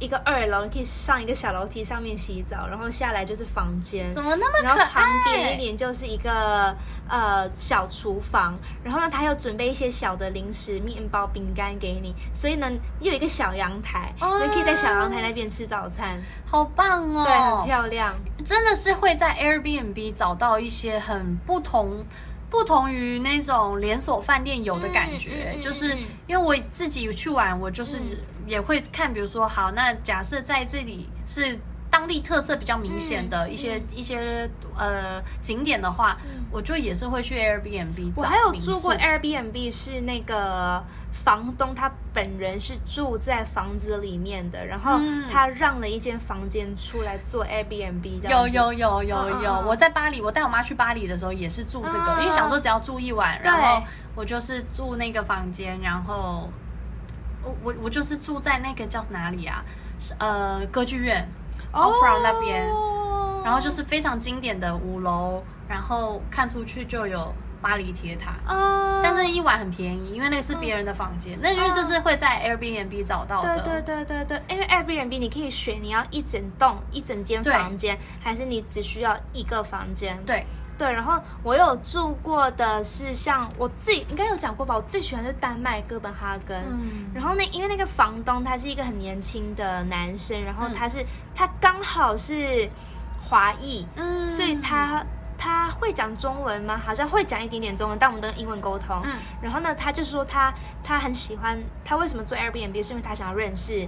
[SPEAKER 3] 一个二楼，你可以上一个小楼梯上面洗澡，然后下来就是房间。
[SPEAKER 4] 怎么那么
[SPEAKER 3] 然后
[SPEAKER 4] 可
[SPEAKER 3] 旁边一
[SPEAKER 4] 爱？
[SPEAKER 3] 点就是一个呃小厨房，然后呢，他又准备一些小的零食、面包、饼干给你，所以呢，又有一个小阳台，
[SPEAKER 4] 哦
[SPEAKER 3] 你可以在小阳台那边吃早餐，
[SPEAKER 4] 好棒哦！
[SPEAKER 3] 对，很漂亮。
[SPEAKER 4] 真的是会在 Airbnb 找到一些很不同。不同于那种连锁饭店有的感觉，
[SPEAKER 3] 嗯嗯嗯
[SPEAKER 4] 就是
[SPEAKER 3] 嗯
[SPEAKER 4] 因为我自己去玩，我就是也会看，比如说，好，那假设在这里是当地特色比较明显
[SPEAKER 3] 嗯
[SPEAKER 4] 的一些、一些呃景点的话，我就也是会去 Airbnb 找。
[SPEAKER 3] 我还有住过 Airbnb，是那个房东他本人是住在房子里面的，然后
[SPEAKER 4] 嗯
[SPEAKER 3] 他让了一间房间出来做 Airbnb，这样
[SPEAKER 4] 有
[SPEAKER 3] 子
[SPEAKER 4] 有有有
[SPEAKER 3] 嗯
[SPEAKER 4] 有，
[SPEAKER 3] 嗯
[SPEAKER 4] 我在巴黎，我带我妈去巴黎的时候也是住这个，
[SPEAKER 3] 嗯
[SPEAKER 4] 因为想说只要住一晚，
[SPEAKER 3] 对
[SPEAKER 4] 然后我就是住那个房间，然后我我我就是住在那个叫哪里啊？是呃，歌剧院 Opera 那边，
[SPEAKER 3] 哦
[SPEAKER 4] 然后就是非常经典的五楼，然后看出去就有巴黎铁塔。
[SPEAKER 3] 哦，
[SPEAKER 4] 但是一晚很便宜，因为那个是别人的房间，那因为这是会在 Airbnb 找到的。
[SPEAKER 3] 嗯对对对对对，因为 Airbnb 你可以选你要一整栋一整间
[SPEAKER 4] 对
[SPEAKER 3] 房间，还是你只需要一个房间。
[SPEAKER 4] 对
[SPEAKER 3] 对，然后我有住过的是像我自己应该有讲过吧，我最喜欢就是丹麦哥本哈根。
[SPEAKER 4] 嗯
[SPEAKER 3] 然后那因为那个房东他是一个很年轻的男生，然
[SPEAKER 4] 嗯
[SPEAKER 3] 后他是、他刚好是华裔，
[SPEAKER 4] 嗯
[SPEAKER 3] 所以他他会讲中文吗？好像会讲一点点中文，但我们都用英文沟通。
[SPEAKER 4] 嗯
[SPEAKER 3] 然后呢，他就说他他很喜欢他为什么做 Airbnb，是因为他想要认识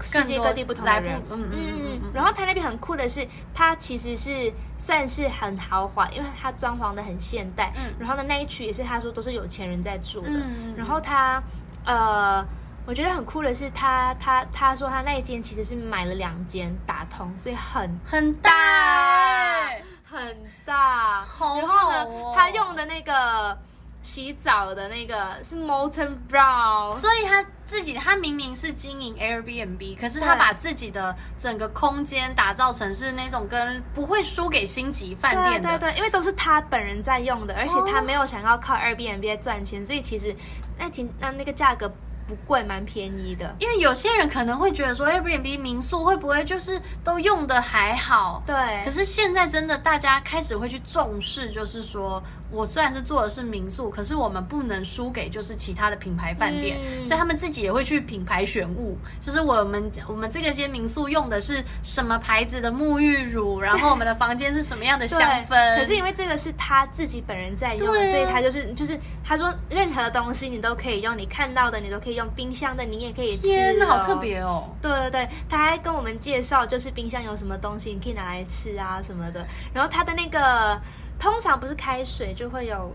[SPEAKER 3] 世界各地不同的人
[SPEAKER 4] 来。不嗯嗯嗯嗯嗯
[SPEAKER 3] 然后他那边很酷的是，他其实是算是很豪华，因为他装潢的很现代。
[SPEAKER 4] 嗯
[SPEAKER 3] 然后呢，那一区也是他说都是有钱人在住的。
[SPEAKER 4] 嗯嗯
[SPEAKER 3] 然后他呃，我觉得很酷的是他他他说他那一间其实是买了两间打通，所以很
[SPEAKER 4] 很大，
[SPEAKER 3] 很大，
[SPEAKER 4] 好
[SPEAKER 3] 然后
[SPEAKER 4] 好
[SPEAKER 3] 呢，
[SPEAKER 4] 哦
[SPEAKER 3] 他用的那个洗澡的那个是 Molten Brown，
[SPEAKER 4] 所以他自己他明明是经营 Airbnb，可是他
[SPEAKER 3] 对
[SPEAKER 4] 把自己的整个空间打造成是那种跟不会输给星级饭
[SPEAKER 3] 对
[SPEAKER 4] 店
[SPEAKER 3] 对
[SPEAKER 4] 的。
[SPEAKER 3] 对，因为都是他本人在用的，而且
[SPEAKER 4] 哦
[SPEAKER 3] 他没有想要靠 Airbnb 在赚钱，所以其实那挺那那个价格不贵，蛮便宜的。
[SPEAKER 4] 因为有些人可能会觉得说 Airbnb 民宿会不会就是都用的还好？
[SPEAKER 3] 对，
[SPEAKER 4] 可是现在真的大家开始会去重视，就是说我虽然是做的是民宿，可是我们不能输给就是其他的品牌饭店，
[SPEAKER 3] 嗯
[SPEAKER 4] 所以他们自己也会去品牌选物，就是我们我们这个间民宿用的是什么牌子的沐浴乳，然后我们的房间是什么样的
[SPEAKER 3] 对
[SPEAKER 4] 香氛，
[SPEAKER 3] 可是因为这个是他自己本人在用的，
[SPEAKER 4] 对啊
[SPEAKER 3] 所以他就是就是他说任何东西你都可以用，你看到的你都可以用，冰箱的你也可以吃、哦。
[SPEAKER 4] 天哪，好特！别哦！
[SPEAKER 3] 对对对，他还跟我们介绍，就是冰箱有什么东西你可以拿来吃啊什么的。然后他的那个通常不是开水就会有，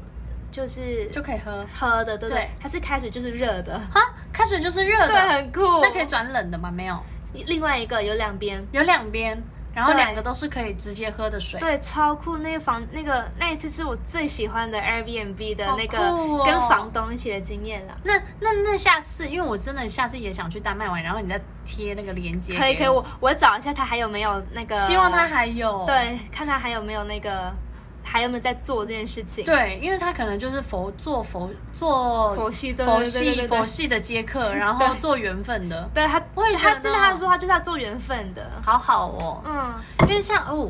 [SPEAKER 3] 就是
[SPEAKER 4] 就可以喝
[SPEAKER 3] 喝的，对不对
[SPEAKER 4] 对？
[SPEAKER 3] 它是开水就是热的。
[SPEAKER 4] 哈，哦啊开水就是热
[SPEAKER 5] 对，
[SPEAKER 4] 的，
[SPEAKER 5] 很酷。
[SPEAKER 4] 那可以转冷的吗？没有，
[SPEAKER 3] 另外一个有两边，
[SPEAKER 4] 有两边，然后
[SPEAKER 3] 对
[SPEAKER 4] 两个都是可以直接喝的水。
[SPEAKER 3] 对，超酷！那个房那个那一次是我最喜欢的 Airbnb 的那个、
[SPEAKER 4] 好酷哦
[SPEAKER 3] 跟房东一起的经验了。
[SPEAKER 4] 那那那下次，因为我真的下次也想去丹麦玩，然后你再贴那个链接给。
[SPEAKER 3] 可以可以，我我找一下他还有没有那个，
[SPEAKER 4] 希望他还有。
[SPEAKER 3] 对，看他还有没有那个，还有没有在做这件事情。
[SPEAKER 4] 对，因为他可能就是佛做佛做
[SPEAKER 3] 佛系对
[SPEAKER 4] 佛
[SPEAKER 3] 对对对
[SPEAKER 4] 系
[SPEAKER 3] 对
[SPEAKER 4] 佛系的接客，然后做缘分的，
[SPEAKER 3] 对他，
[SPEAKER 4] 我也觉
[SPEAKER 3] 他
[SPEAKER 4] 得
[SPEAKER 3] 真的他说他就是要做缘分的，
[SPEAKER 4] 好好哦。
[SPEAKER 3] 嗯，
[SPEAKER 4] 因为像哦，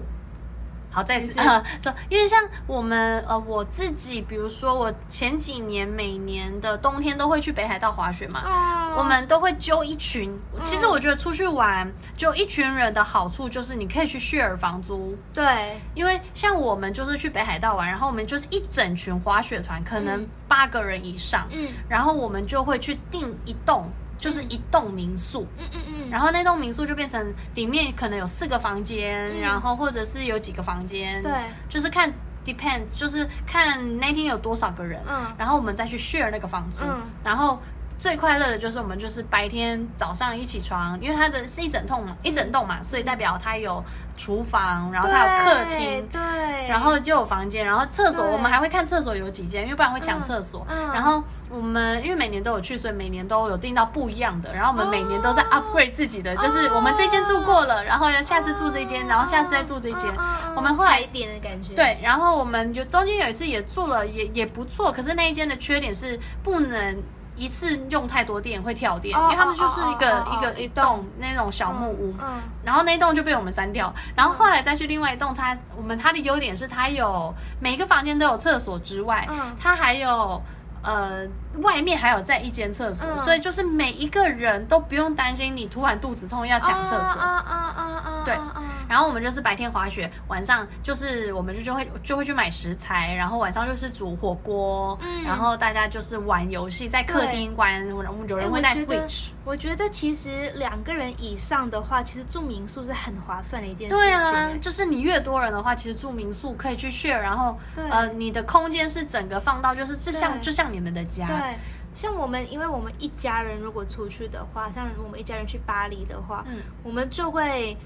[SPEAKER 4] 好再次 说，因为像我们呃我自己，比如说我前几年每年的冬天都会去北海道滑雪嘛，
[SPEAKER 3] 哦
[SPEAKER 4] 我们都会揪一群。其
[SPEAKER 3] 嗯
[SPEAKER 4] 实我觉得出去玩揪一群人的好处就是你可以去 share 房租，
[SPEAKER 3] 对
[SPEAKER 4] 因为像我们就是去北海道玩，然后我们就是一整群滑雪团，可能八个人以上，
[SPEAKER 3] 嗯
[SPEAKER 4] 然后我们就会去订一栋，就是一栋民宿。
[SPEAKER 3] 嗯嗯嗯，
[SPEAKER 4] 然后那栋民宿就变成里面可能有四个房间，然后或者是有几个房间，
[SPEAKER 3] 嗯对，
[SPEAKER 4] 就是看 depends，就是看那天有多少个人，
[SPEAKER 3] 嗯
[SPEAKER 4] 然后我们再去 share 那个房租，
[SPEAKER 3] 嗯
[SPEAKER 4] 然后。最快乐的就是我们就是白天早上一起床，因为它的是一整栋
[SPEAKER 3] 嗯
[SPEAKER 4] 嘛，一整栋嘛，所以代表它有厨房，然后它有客厅，
[SPEAKER 3] 对，对
[SPEAKER 4] 然后就有房间，然后厕所
[SPEAKER 3] 对
[SPEAKER 4] 我们还会看厕所有几间，因为不然会抢厕所。
[SPEAKER 3] 嗯嗯
[SPEAKER 4] 然后我们因为每年都有去，所以每年都有订到不一样的。然后我们每年都在
[SPEAKER 3] 哦
[SPEAKER 4] upgrade 自己的，就是我们这间住过了，然后下次住这间，
[SPEAKER 3] 哦
[SPEAKER 4] 然后下次再住这间。
[SPEAKER 3] 嗯嗯嗯
[SPEAKER 4] 我们后来
[SPEAKER 3] 踩点的感觉，
[SPEAKER 4] 对，然后我们就中间有一次也住了，也也不错，可是那一间的缺点是不能。一次用太多电会跳电，
[SPEAKER 3] 哦
[SPEAKER 4] 因为他们就是一个、
[SPEAKER 3] 哦哦哦
[SPEAKER 4] 一个
[SPEAKER 3] 哦
[SPEAKER 4] 一栋那种小木屋，
[SPEAKER 3] 嗯，
[SPEAKER 4] 然后那一栋就被我们删掉，然后后来再去另外一栋，它我们它的优点是它有每个房间都有厕所之外，
[SPEAKER 3] 嗯
[SPEAKER 4] 它还有呃外面还有在一间厕所，
[SPEAKER 3] 嗯
[SPEAKER 4] 所以就是每一个人都不用担心你突然肚子痛要抢厕所。
[SPEAKER 3] 啊啊啊啊啊，
[SPEAKER 4] 对
[SPEAKER 3] 啊啊
[SPEAKER 4] 然后我们就是白天滑雪，晚上就是我们就就会就会去买食材，然后晚上就是煮火锅，
[SPEAKER 3] 嗯
[SPEAKER 4] 然后大家就是玩游戏，在客
[SPEAKER 3] 对
[SPEAKER 4] 厅玩，然后有人
[SPEAKER 3] 哎
[SPEAKER 4] 会
[SPEAKER 3] 我
[SPEAKER 4] 带
[SPEAKER 3] 觉得
[SPEAKER 4] Switch。
[SPEAKER 3] 我觉得其实两个人以上的话，其实住民宿是很划算的一件事情。
[SPEAKER 4] 对啊
[SPEAKER 3] 哎，
[SPEAKER 4] 就是你越多人的话，其实住民宿可以去 share，然后
[SPEAKER 3] 对
[SPEAKER 4] 呃，你的空间是整个放到就是就像
[SPEAKER 3] 对
[SPEAKER 4] 就像你们的家，
[SPEAKER 3] 对，像我们，因为我们一家人如果出去的话，像我们一家人去巴黎的话，
[SPEAKER 4] 嗯，
[SPEAKER 3] 我们就会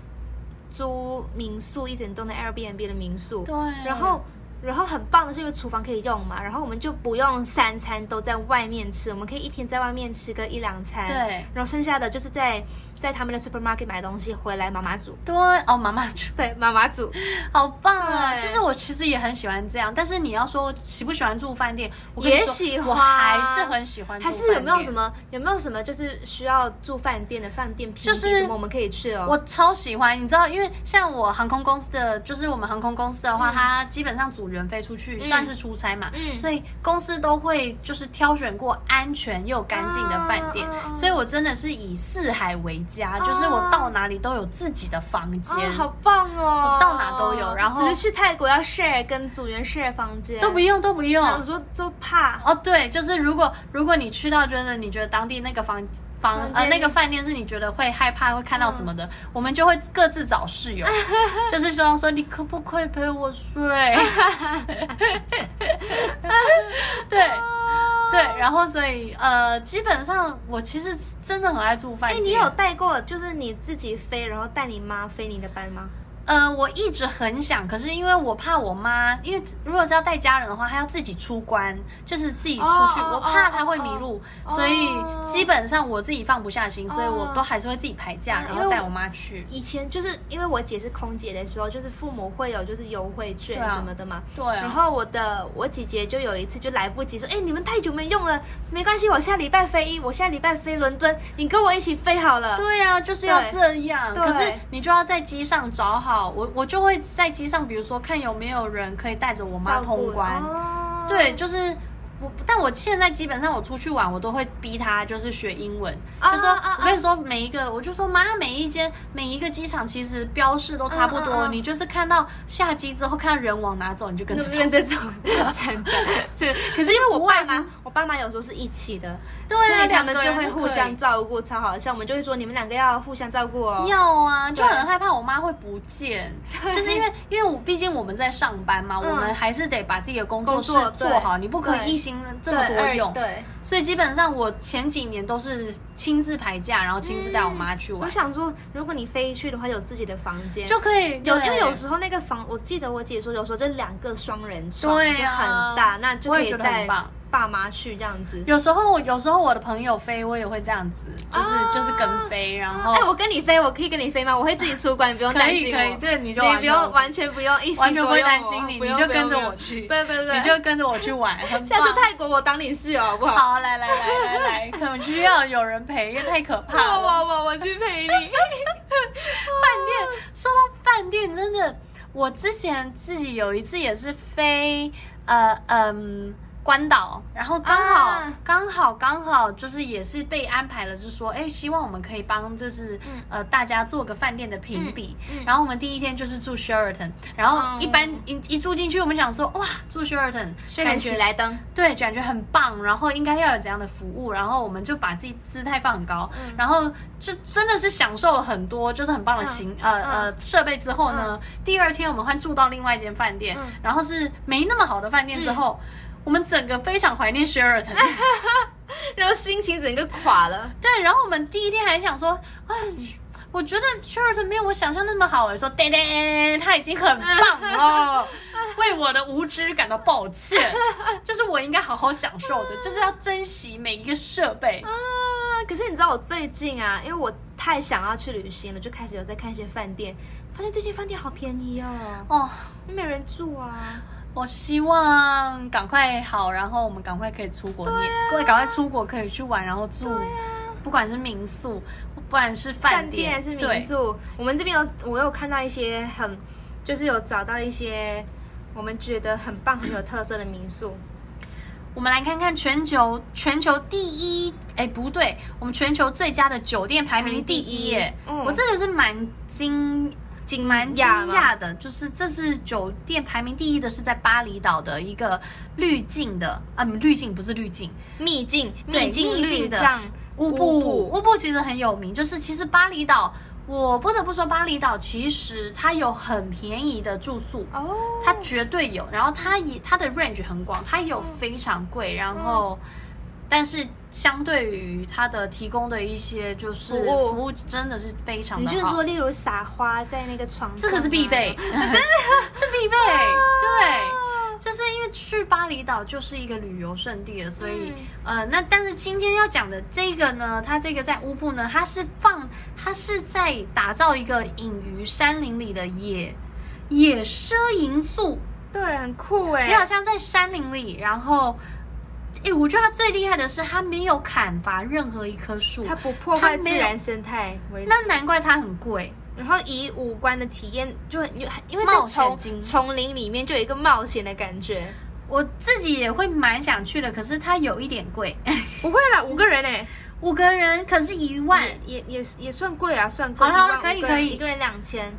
[SPEAKER 3] 租民宿一整栋的 Airbnb 的民宿。
[SPEAKER 4] 对，
[SPEAKER 3] 然后，然后很棒的是，因为厨房可以用嘛，然后我们就不用三餐都在外面吃，我们可以一天在外面吃个一两餐。。
[SPEAKER 4] 对
[SPEAKER 3] 然后剩下的就是在在他们的 supermarket 买东西回来妈 妈煮，
[SPEAKER 4] 对哦，妈妈就
[SPEAKER 3] 对，妈妈煮，
[SPEAKER 4] 好棒啊！就
[SPEAKER 3] 对
[SPEAKER 4] 是我其实也很喜欢这样，但是你要说喜不喜欢住饭店，我跟你
[SPEAKER 3] 也
[SPEAKER 4] 说
[SPEAKER 3] 喜欢
[SPEAKER 4] 我还是很喜欢住
[SPEAKER 3] 还
[SPEAKER 4] 饭
[SPEAKER 3] 是
[SPEAKER 4] 店，
[SPEAKER 3] 有没有什么有没有什么就是需要住饭店的饭店评比
[SPEAKER 4] 就是
[SPEAKER 3] 什么我们可以去哦？
[SPEAKER 4] 我超喜欢，你知道，因为像我航空公司的，就是我们航空公司的话，它基本上组员飞出去、算是出差嘛，
[SPEAKER 3] 嗯
[SPEAKER 4] 所以公司都会就是挑选过安全又干净的饭店，
[SPEAKER 3] 啊
[SPEAKER 4] 所以我真的是以四海为家，就是我到哪里都有自己的房间。
[SPEAKER 3] 啊，好棒哦！
[SPEAKER 4] 我到哪都有然后
[SPEAKER 3] 只是去泰国要 share 跟组员 share 房间，
[SPEAKER 4] 都不用，都不用。
[SPEAKER 3] 啊。我说就怕，
[SPEAKER 4] 哦，对，就是如果如果你去到，觉得你觉得当地那个房房
[SPEAKER 3] 房
[SPEAKER 4] 呃
[SPEAKER 3] 间嗯
[SPEAKER 4] 那个饭店是你觉得会害怕会看到什么的，我们就会各自找室 友，就是希望说你可不可以陪我睡？ 对
[SPEAKER 3] 哦
[SPEAKER 4] 对，然后所以呃，基本上我其实真的很爱住饭
[SPEAKER 3] 哎、
[SPEAKER 4] 店。
[SPEAKER 3] 你有带过就是你自己飞，然后带你妈飞你的班吗？
[SPEAKER 4] 呃，我一直很想，可是因为我怕我妈，因为如果是要带家人的话，她要自己出关，就是自己出去，
[SPEAKER 2] 哦哦
[SPEAKER 4] 我怕她会迷路，
[SPEAKER 2] 哦
[SPEAKER 4] 所以基本上我自己放不下心，所以我都还是会自己排假，
[SPEAKER 3] 嗯
[SPEAKER 4] 然后带我妈去。
[SPEAKER 3] 以前就是因为我姐是空姐的时候，就是父母会有就是优惠券
[SPEAKER 4] 对啊
[SPEAKER 3] 什么的嘛。
[SPEAKER 4] 对啊，
[SPEAKER 3] 然后我的我姐姐就有一次就来不及说，哎、你们太久没用了，没关系，我下礼拜飞一，我下礼拜飞伦敦，你跟我一起飞好了。
[SPEAKER 4] 对啊，就是要这样。
[SPEAKER 3] 对
[SPEAKER 4] 可是你就要在机上找好，我我就会在机上，比如说看有没有人可以带着我妈
[SPEAKER 3] 照顾
[SPEAKER 4] 通关。
[SPEAKER 3] 哦
[SPEAKER 4] 对，就是我，但我现在基本上我出去玩，我都会逼他就是学英文。
[SPEAKER 3] 啊
[SPEAKER 4] 就说
[SPEAKER 3] 啊啊
[SPEAKER 4] 我跟你说每一个，我就说妈，每一间每一个机场其实标示都差不多，
[SPEAKER 3] 嗯嗯嗯
[SPEAKER 4] 你就是看到下机之后看人往哪走，你就跟着
[SPEAKER 3] 那
[SPEAKER 4] 走。
[SPEAKER 3] 边这种 真的，这可是因为我爸妈，我爸妈有时候是一起的，
[SPEAKER 4] 啊对啊
[SPEAKER 3] 所以他
[SPEAKER 4] 两
[SPEAKER 3] 们
[SPEAKER 4] 个
[SPEAKER 3] 就
[SPEAKER 4] 人
[SPEAKER 3] 会
[SPEAKER 4] 就可
[SPEAKER 3] 互相
[SPEAKER 4] 以
[SPEAKER 3] 照顾，超好笑。我们就会说你们两个要互相照顾哦。
[SPEAKER 4] 要啊，就
[SPEAKER 3] 对
[SPEAKER 4] 很害怕我妈会不见，就是因为因为我毕竟我们在上班嘛，
[SPEAKER 3] 嗯
[SPEAKER 4] 我们还是得把自己的工作
[SPEAKER 3] 工
[SPEAKER 4] 室
[SPEAKER 3] 作对
[SPEAKER 4] 做好，你不可
[SPEAKER 3] 对
[SPEAKER 4] 以一心这
[SPEAKER 3] 对
[SPEAKER 4] 么多
[SPEAKER 3] 二
[SPEAKER 4] 用。
[SPEAKER 3] 对，
[SPEAKER 4] 所以基本上我前几年都是亲自排假，然后亲自带我妈去玩
[SPEAKER 3] 嗯我，想说，如果你飞去的话，有自己的房间
[SPEAKER 4] 就可以
[SPEAKER 3] 有，
[SPEAKER 4] 对
[SPEAKER 3] 因为有时候那个房，我记得我姐说，有时候就两个双人床，
[SPEAKER 4] 对
[SPEAKER 3] 就
[SPEAKER 4] 啊
[SPEAKER 3] 很大，那就
[SPEAKER 4] 我
[SPEAKER 3] 可
[SPEAKER 4] 也
[SPEAKER 3] 以
[SPEAKER 4] 觉得
[SPEAKER 3] 带
[SPEAKER 4] 很棒。
[SPEAKER 3] 爸妈去这样子。
[SPEAKER 4] 有时候我有时候我的朋友飞，我也会这样子，就是、
[SPEAKER 3] 啊
[SPEAKER 4] 就是跟飞，然后、
[SPEAKER 3] 哎、我跟你飞，我可以跟你飞吗？我会自己出关，你不用
[SPEAKER 4] 可
[SPEAKER 3] 担
[SPEAKER 4] 以
[SPEAKER 3] 心我。
[SPEAKER 4] 哦可以，这个你就
[SPEAKER 3] 你
[SPEAKER 4] 玩
[SPEAKER 3] 不
[SPEAKER 4] 到
[SPEAKER 3] 用完全不用一心
[SPEAKER 4] 完全不
[SPEAKER 3] 多
[SPEAKER 4] 会
[SPEAKER 3] 用
[SPEAKER 4] 担
[SPEAKER 3] 我
[SPEAKER 4] 心你，
[SPEAKER 3] 不
[SPEAKER 4] 你
[SPEAKER 3] 用
[SPEAKER 4] 就
[SPEAKER 3] 不
[SPEAKER 4] 跟
[SPEAKER 3] 用
[SPEAKER 4] 着
[SPEAKER 3] 不用
[SPEAKER 4] 我去，
[SPEAKER 3] 对对对，
[SPEAKER 4] 你就跟着我去玩，很棒
[SPEAKER 3] 下次泰国我当你室友好不好？
[SPEAKER 4] 好，来来来来来，可能需要有人陪，因为太可怕 了。
[SPEAKER 3] 好，我我我去陪 你。
[SPEAKER 4] 说到饭店，真的，我之前自己有一次也是飞，呃嗯。关岛，然后刚好
[SPEAKER 3] 啊
[SPEAKER 4] 刚、好刚好就是也是被安排了，是说，哎、希望我们可以帮就是、呃大家做个饭店的评比、然后我们第一天就是住 Sheraton，然后一般、一一住进去，我们想说，哇，住 Sheraton，
[SPEAKER 3] 感
[SPEAKER 4] 感觉
[SPEAKER 3] 喜来登，
[SPEAKER 4] 对，感觉很棒，然后应该要有怎样的服务，然后我们就把自己姿态放很高，然后就真的是享受了很多，就是很棒的行、呃呃设备之后呢，第二天我们换住到另外一间饭店，然后是没那么好的饭店之后，我们整个非常怀念 Sheraton，
[SPEAKER 3] 然后心情整个垮了。
[SPEAKER 4] 对，然后我们第一天还想说，哎。我觉得 Sheraton 没有我想象那么好。我说，对对，他已经很棒 了，为我的无知感到抱歉。就是我应该好好享受
[SPEAKER 3] 嗯
[SPEAKER 4] 的，就是要珍惜每一个设备。
[SPEAKER 3] 啊！可是你知道我最近啊，因为我太想要去旅行了，就开始有在看一些饭店，发现最近饭店好便宜哦，
[SPEAKER 4] 哦，
[SPEAKER 3] 没人住啊。
[SPEAKER 4] 我希望赶快好，然后我们赶快可以出国念，
[SPEAKER 3] 啊
[SPEAKER 4] 各位赶快出国可以去玩，然后住，不管是民宿，不管是
[SPEAKER 3] 饭
[SPEAKER 4] 饭
[SPEAKER 3] 店还
[SPEAKER 4] 店，
[SPEAKER 3] 是
[SPEAKER 4] 对
[SPEAKER 3] 民宿，我们这边有我有看到一些很，就是有找到一些我们觉得很棒、很有特色的民宿。
[SPEAKER 4] 我们来看看全球全球第一，哎，不对，我们全球最佳的酒店排名第一耶！
[SPEAKER 3] 嗯
[SPEAKER 4] 我这个是蛮惊。惊蛮惊
[SPEAKER 3] 讶吗
[SPEAKER 4] 讶的，就是这是酒店排名第一的，是在巴厘岛的一个滤镜的，啊，滤镜不是滤镜，
[SPEAKER 3] 秘境、
[SPEAKER 4] 对
[SPEAKER 3] 秘境
[SPEAKER 4] 秘境
[SPEAKER 3] 绿
[SPEAKER 4] 的
[SPEAKER 3] 藏、
[SPEAKER 4] 乌布，乌布其实很有名，就是其实巴厘岛，我不得不说巴厘岛其实它有很便宜的住宿，
[SPEAKER 3] 哦，
[SPEAKER 4] 它绝对有，然后它也它的 range 很广，它有
[SPEAKER 3] 嗯
[SPEAKER 4] 非常贵，然后、但是相对于它的提供的一些就是
[SPEAKER 3] 服务
[SPEAKER 4] 服务真的是非常
[SPEAKER 3] 你
[SPEAKER 4] 的
[SPEAKER 3] 就是
[SPEAKER 4] 好
[SPEAKER 3] 说，。例如撒花在哦那个床上啊，
[SPEAKER 4] 这个是必备， 真的，这必备，
[SPEAKER 3] 啊
[SPEAKER 4] 对，就是因为去巴厘岛就是一个旅游胜地了，所
[SPEAKER 3] 嗯
[SPEAKER 4] 以、呃，那但是今天要讲的这个呢，它这个在乌布呢，它是放，它是在打造一个隐于山林里的野野奢营宿，
[SPEAKER 3] 对，很酷哎、
[SPEAKER 4] 你好像在山林里，然后。哎，我觉得它最厉害的是，它没有砍伐任何一棵树，
[SPEAKER 3] 它不破
[SPEAKER 4] 它
[SPEAKER 3] 坏自
[SPEAKER 4] 没有
[SPEAKER 3] 然生态为主，
[SPEAKER 4] 那难怪它很贵。
[SPEAKER 3] 然后以五官的体验就很有，因为
[SPEAKER 4] 冒
[SPEAKER 3] 在
[SPEAKER 4] 险
[SPEAKER 3] 丛
[SPEAKER 4] 精
[SPEAKER 3] 丛林里面就有一个冒险的感觉。
[SPEAKER 4] 我自己也会蛮想去的，可是它有一点贵。
[SPEAKER 3] 不会啦，五个人
[SPEAKER 4] 欸
[SPEAKER 3] 哎、
[SPEAKER 4] 五个人可是一万，
[SPEAKER 3] 也也也也算贵啊，算贵。
[SPEAKER 4] 好啦
[SPEAKER 3] 一万
[SPEAKER 4] 可以
[SPEAKER 3] 五个人
[SPEAKER 4] 可以
[SPEAKER 3] 一个人两千。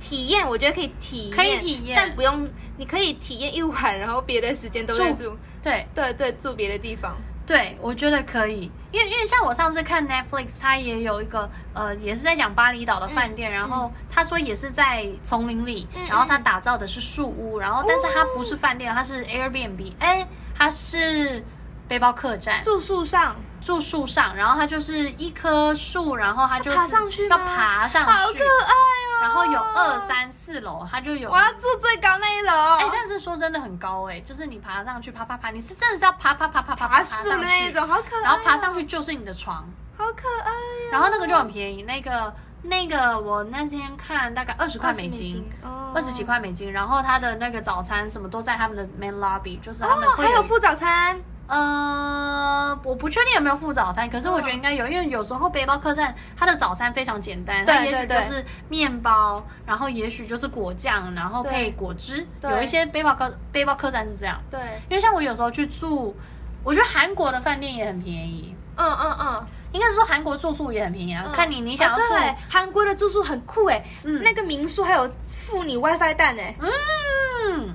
[SPEAKER 3] 体验我觉得可以体验，
[SPEAKER 4] 可以体验
[SPEAKER 3] 但不用，你可以体验一晚，然后别的时间都在
[SPEAKER 4] 住
[SPEAKER 3] 住，
[SPEAKER 4] 对
[SPEAKER 3] 对对，住别的地方。
[SPEAKER 4] 对，我觉得可以，因为因为像我上次看 Netflix，它也有一个呃，也是在讲巴厘岛的饭
[SPEAKER 3] 嗯
[SPEAKER 4] 店，然后他说也是在丛林里，然后他打造的是树屋，然后但是它不是饭店，它是 Airbnb，哎，它是背包客栈，住
[SPEAKER 3] 住宿上
[SPEAKER 4] 住树上，然后它就是一棵树，然后它就是
[SPEAKER 3] 爬上去吗
[SPEAKER 4] 要爬上去，
[SPEAKER 3] 好可爱哦、
[SPEAKER 4] 然后有二三四楼，它就有
[SPEAKER 3] 我。要住最高那一楼，
[SPEAKER 4] 哎、但是说真的很高哎、就是你爬上去，啪啪啪，你是真的是要爬爬爬爬爬
[SPEAKER 3] 爬树的
[SPEAKER 4] 上
[SPEAKER 3] 那一
[SPEAKER 4] 去，
[SPEAKER 3] 种，好可爱哦，
[SPEAKER 4] 然后爬上去就是你的床，
[SPEAKER 3] 好可爱哦，
[SPEAKER 4] 然后那个就很便宜，那个那个我那天看大概二十块美金，
[SPEAKER 3] 哦
[SPEAKER 4] 二十几，块美金，然后他的那个早餐什么都在他们的 main lobby，就是他们
[SPEAKER 3] 哦，
[SPEAKER 4] 会
[SPEAKER 3] 还有付早餐，
[SPEAKER 4] 呃，我不确定有没有付早餐，可是我觉得应该有，因为有时候背包客栈它的早餐非常简单，
[SPEAKER 3] 对
[SPEAKER 4] 它也许就
[SPEAKER 3] 对对
[SPEAKER 4] 是面包，然后也许就是果酱，然后配果汁。
[SPEAKER 3] 对
[SPEAKER 4] 有一些背包客背包客栈是这样，
[SPEAKER 3] 对，
[SPEAKER 4] 因为像我有时候去住，我觉得韩国的饭店也很便宜，
[SPEAKER 3] 嗯嗯嗯，
[SPEAKER 4] 应该是说韩国住宿也很便宜啊，
[SPEAKER 3] 嗯
[SPEAKER 4] 看你你想要
[SPEAKER 3] 哦
[SPEAKER 4] 住。
[SPEAKER 3] 对，韩国的住宿很酷哎，
[SPEAKER 4] 嗯
[SPEAKER 3] 那个民宿还有付你 WiFi 蛋哎，
[SPEAKER 4] 嗯，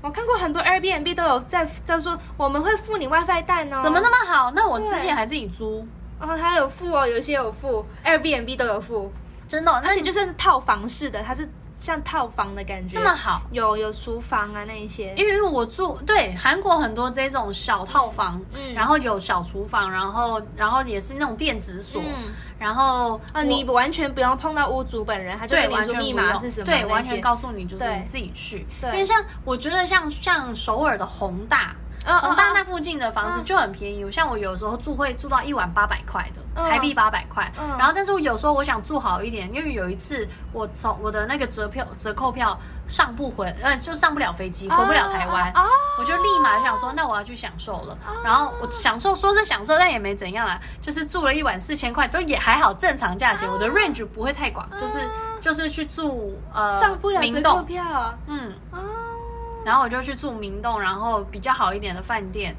[SPEAKER 3] 我看过很多 Airbnb 都有在都说我们会付你 WiFi 蛋哦，
[SPEAKER 4] 怎么那
[SPEAKER 3] 呢？
[SPEAKER 4] 么好？那我
[SPEAKER 3] 对
[SPEAKER 4] 之前还自己租，
[SPEAKER 3] 哦，它有付哦，有些有付，Airbnb 都有付，
[SPEAKER 4] 真的哦，
[SPEAKER 3] 而
[SPEAKER 4] 那
[SPEAKER 3] 且
[SPEAKER 4] 你
[SPEAKER 3] 就算啊是套房式的，它是像套房的感觉，
[SPEAKER 4] 这么好。
[SPEAKER 3] 有有厨房啊那一些，
[SPEAKER 4] 因为我住对韩国很多这种小套房，
[SPEAKER 3] 嗯
[SPEAKER 4] 嗯，然后有小厨房，然后然后也是那种电子锁，
[SPEAKER 3] 嗯
[SPEAKER 4] 然后
[SPEAKER 3] 啊，
[SPEAKER 4] 我
[SPEAKER 3] 你完全不用碰到屋主本人，他就
[SPEAKER 4] 对
[SPEAKER 3] 跟你
[SPEAKER 4] 完
[SPEAKER 3] 说
[SPEAKER 4] 全
[SPEAKER 3] 密
[SPEAKER 4] 不
[SPEAKER 3] 码
[SPEAKER 4] 用
[SPEAKER 3] 是什么那些，
[SPEAKER 4] 对，完全告诉你就是
[SPEAKER 3] 对
[SPEAKER 4] 你自己去，
[SPEAKER 3] 对
[SPEAKER 4] 因为像我觉得像像首尔的宏大。
[SPEAKER 3] 嗯，嗯
[SPEAKER 4] 宏大那
[SPEAKER 3] 嗯
[SPEAKER 4] 附近的房子就很便宜，像我有时候住会住到一晚八百块的，
[SPEAKER 3] 嗯
[SPEAKER 4] 台币八百块。
[SPEAKER 3] 嗯
[SPEAKER 4] 然后，但是我有时候我想住好一点，因为有一次我从我的那个折票折扣票上不回，呃，就上不了飞
[SPEAKER 3] 哦
[SPEAKER 4] 机，回不了台湾。
[SPEAKER 3] 啊，
[SPEAKER 4] 我就立马想说，那我要去享受了。
[SPEAKER 3] 哦
[SPEAKER 4] 然后我享受，说是享受，但也没怎样啦，就是住了一晚四千块，都也还好，正常价
[SPEAKER 3] 哦
[SPEAKER 4] 钱。我的 range 不会太广，就是就是去住呃
[SPEAKER 3] 嗯哦上不了
[SPEAKER 4] 明
[SPEAKER 3] 折扣
[SPEAKER 4] 洞，
[SPEAKER 3] 票啊，
[SPEAKER 4] 嗯，
[SPEAKER 3] 哦
[SPEAKER 4] 然后我就去住明洞，然后比较好一点的饭店。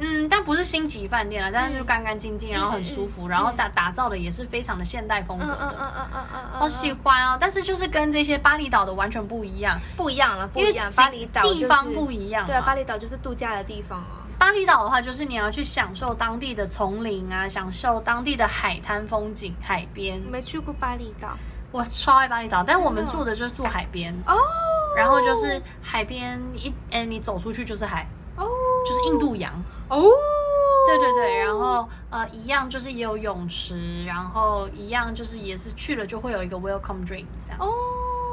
[SPEAKER 4] 嗯，但不是星级饭店啊，但是就干干净净，然后很舒服，然后打打造的也是非常的现代风格
[SPEAKER 3] 嗯嗯
[SPEAKER 4] 的，
[SPEAKER 3] 嗯嗯嗯嗯嗯，
[SPEAKER 4] 好喜欢哦。但是就是跟这些巴厘岛的完全不一样，
[SPEAKER 3] 不一样了，不
[SPEAKER 4] 因
[SPEAKER 3] 一
[SPEAKER 4] 为
[SPEAKER 3] 样，巴厘岛
[SPEAKER 4] 地方不
[SPEAKER 3] 一
[SPEAKER 4] 一样嘛，
[SPEAKER 3] 对啊，巴厘岛就是度假的地方啊，
[SPEAKER 4] 巴厘岛的话，就是你要去享受当地的丛林啊，享受当地的海滩风景、海边。
[SPEAKER 3] 没去过巴厘岛
[SPEAKER 4] 我超爱巴厘岛，但我们
[SPEAKER 3] 真的哦
[SPEAKER 4] 住的就是住海边，
[SPEAKER 3] 哦，
[SPEAKER 4] 然后就是海边一，哎、你走出去就是海，
[SPEAKER 3] 哦
[SPEAKER 4] 就是印度洋。
[SPEAKER 3] 哦，
[SPEAKER 4] 对对对，然后呃，一样就是也有泳池，然后一样就是也是去了就会有一个 welcome drink 这样。
[SPEAKER 3] 哦，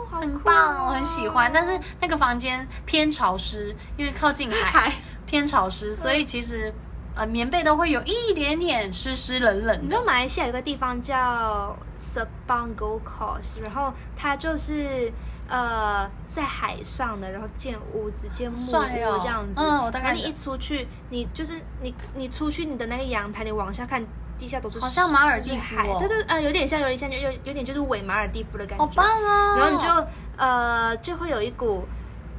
[SPEAKER 3] 好
[SPEAKER 4] 很
[SPEAKER 3] 酷
[SPEAKER 4] 棒，
[SPEAKER 3] 哦
[SPEAKER 4] 我很喜欢。但是那个房间偏潮湿，因为靠近海，偏潮湿，所以其实呃棉被都会有一点点湿湿冷冷的。
[SPEAKER 3] 你知道马来西亚有个地方叫 Sepang Gold Coast，然后它就是呃在海上的，然后建屋子、建木
[SPEAKER 4] 帅哦
[SPEAKER 3] 屋这样子。
[SPEAKER 4] 嗯我大概
[SPEAKER 3] 然后你一出去，你就是你你出去你的那个阳台，你往下看，地下都是
[SPEAKER 4] 好像马尔代夫哦
[SPEAKER 3] 就是海对对，呃，有点像，有点像，有有有点就是伪马尔代夫的感觉。
[SPEAKER 4] 好棒哦！
[SPEAKER 3] 然后你就呃就会有一股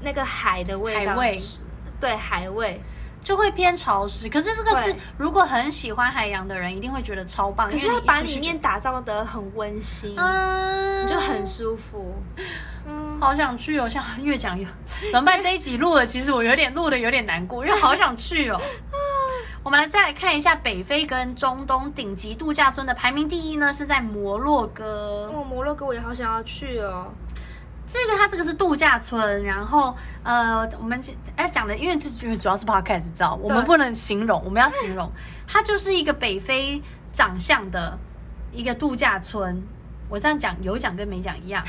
[SPEAKER 3] 那个海的味道，
[SPEAKER 4] 海味
[SPEAKER 3] 对海味。
[SPEAKER 4] 就会偏潮湿，可是这个是
[SPEAKER 3] 对
[SPEAKER 4] 如果很喜欢海洋的人，一定会觉得超棒。
[SPEAKER 3] 可是
[SPEAKER 4] 因为
[SPEAKER 3] 它
[SPEAKER 4] 你
[SPEAKER 3] 把
[SPEAKER 4] 一出去
[SPEAKER 3] 里面打造的很温馨，
[SPEAKER 4] 就嗯
[SPEAKER 3] 你就很舒服。嗯，
[SPEAKER 4] 好想去哦，像越讲越 怎么办？这一集录了，其实我有点录的有点难过，因为好想去哦。 我们来再来看一下北非跟中东顶级度假村的排名，第一呢是在摩洛哥。
[SPEAKER 3] 哦，摩洛哥我也好想要去哦。
[SPEAKER 4] 这个它这个是度假村，然后呃，我们这哎讲的，因为这主要是 podcast 知道，我们不能形容，我们要形容，它就是一个北非长相的一个度假村。我这样讲有讲跟没讲一 样，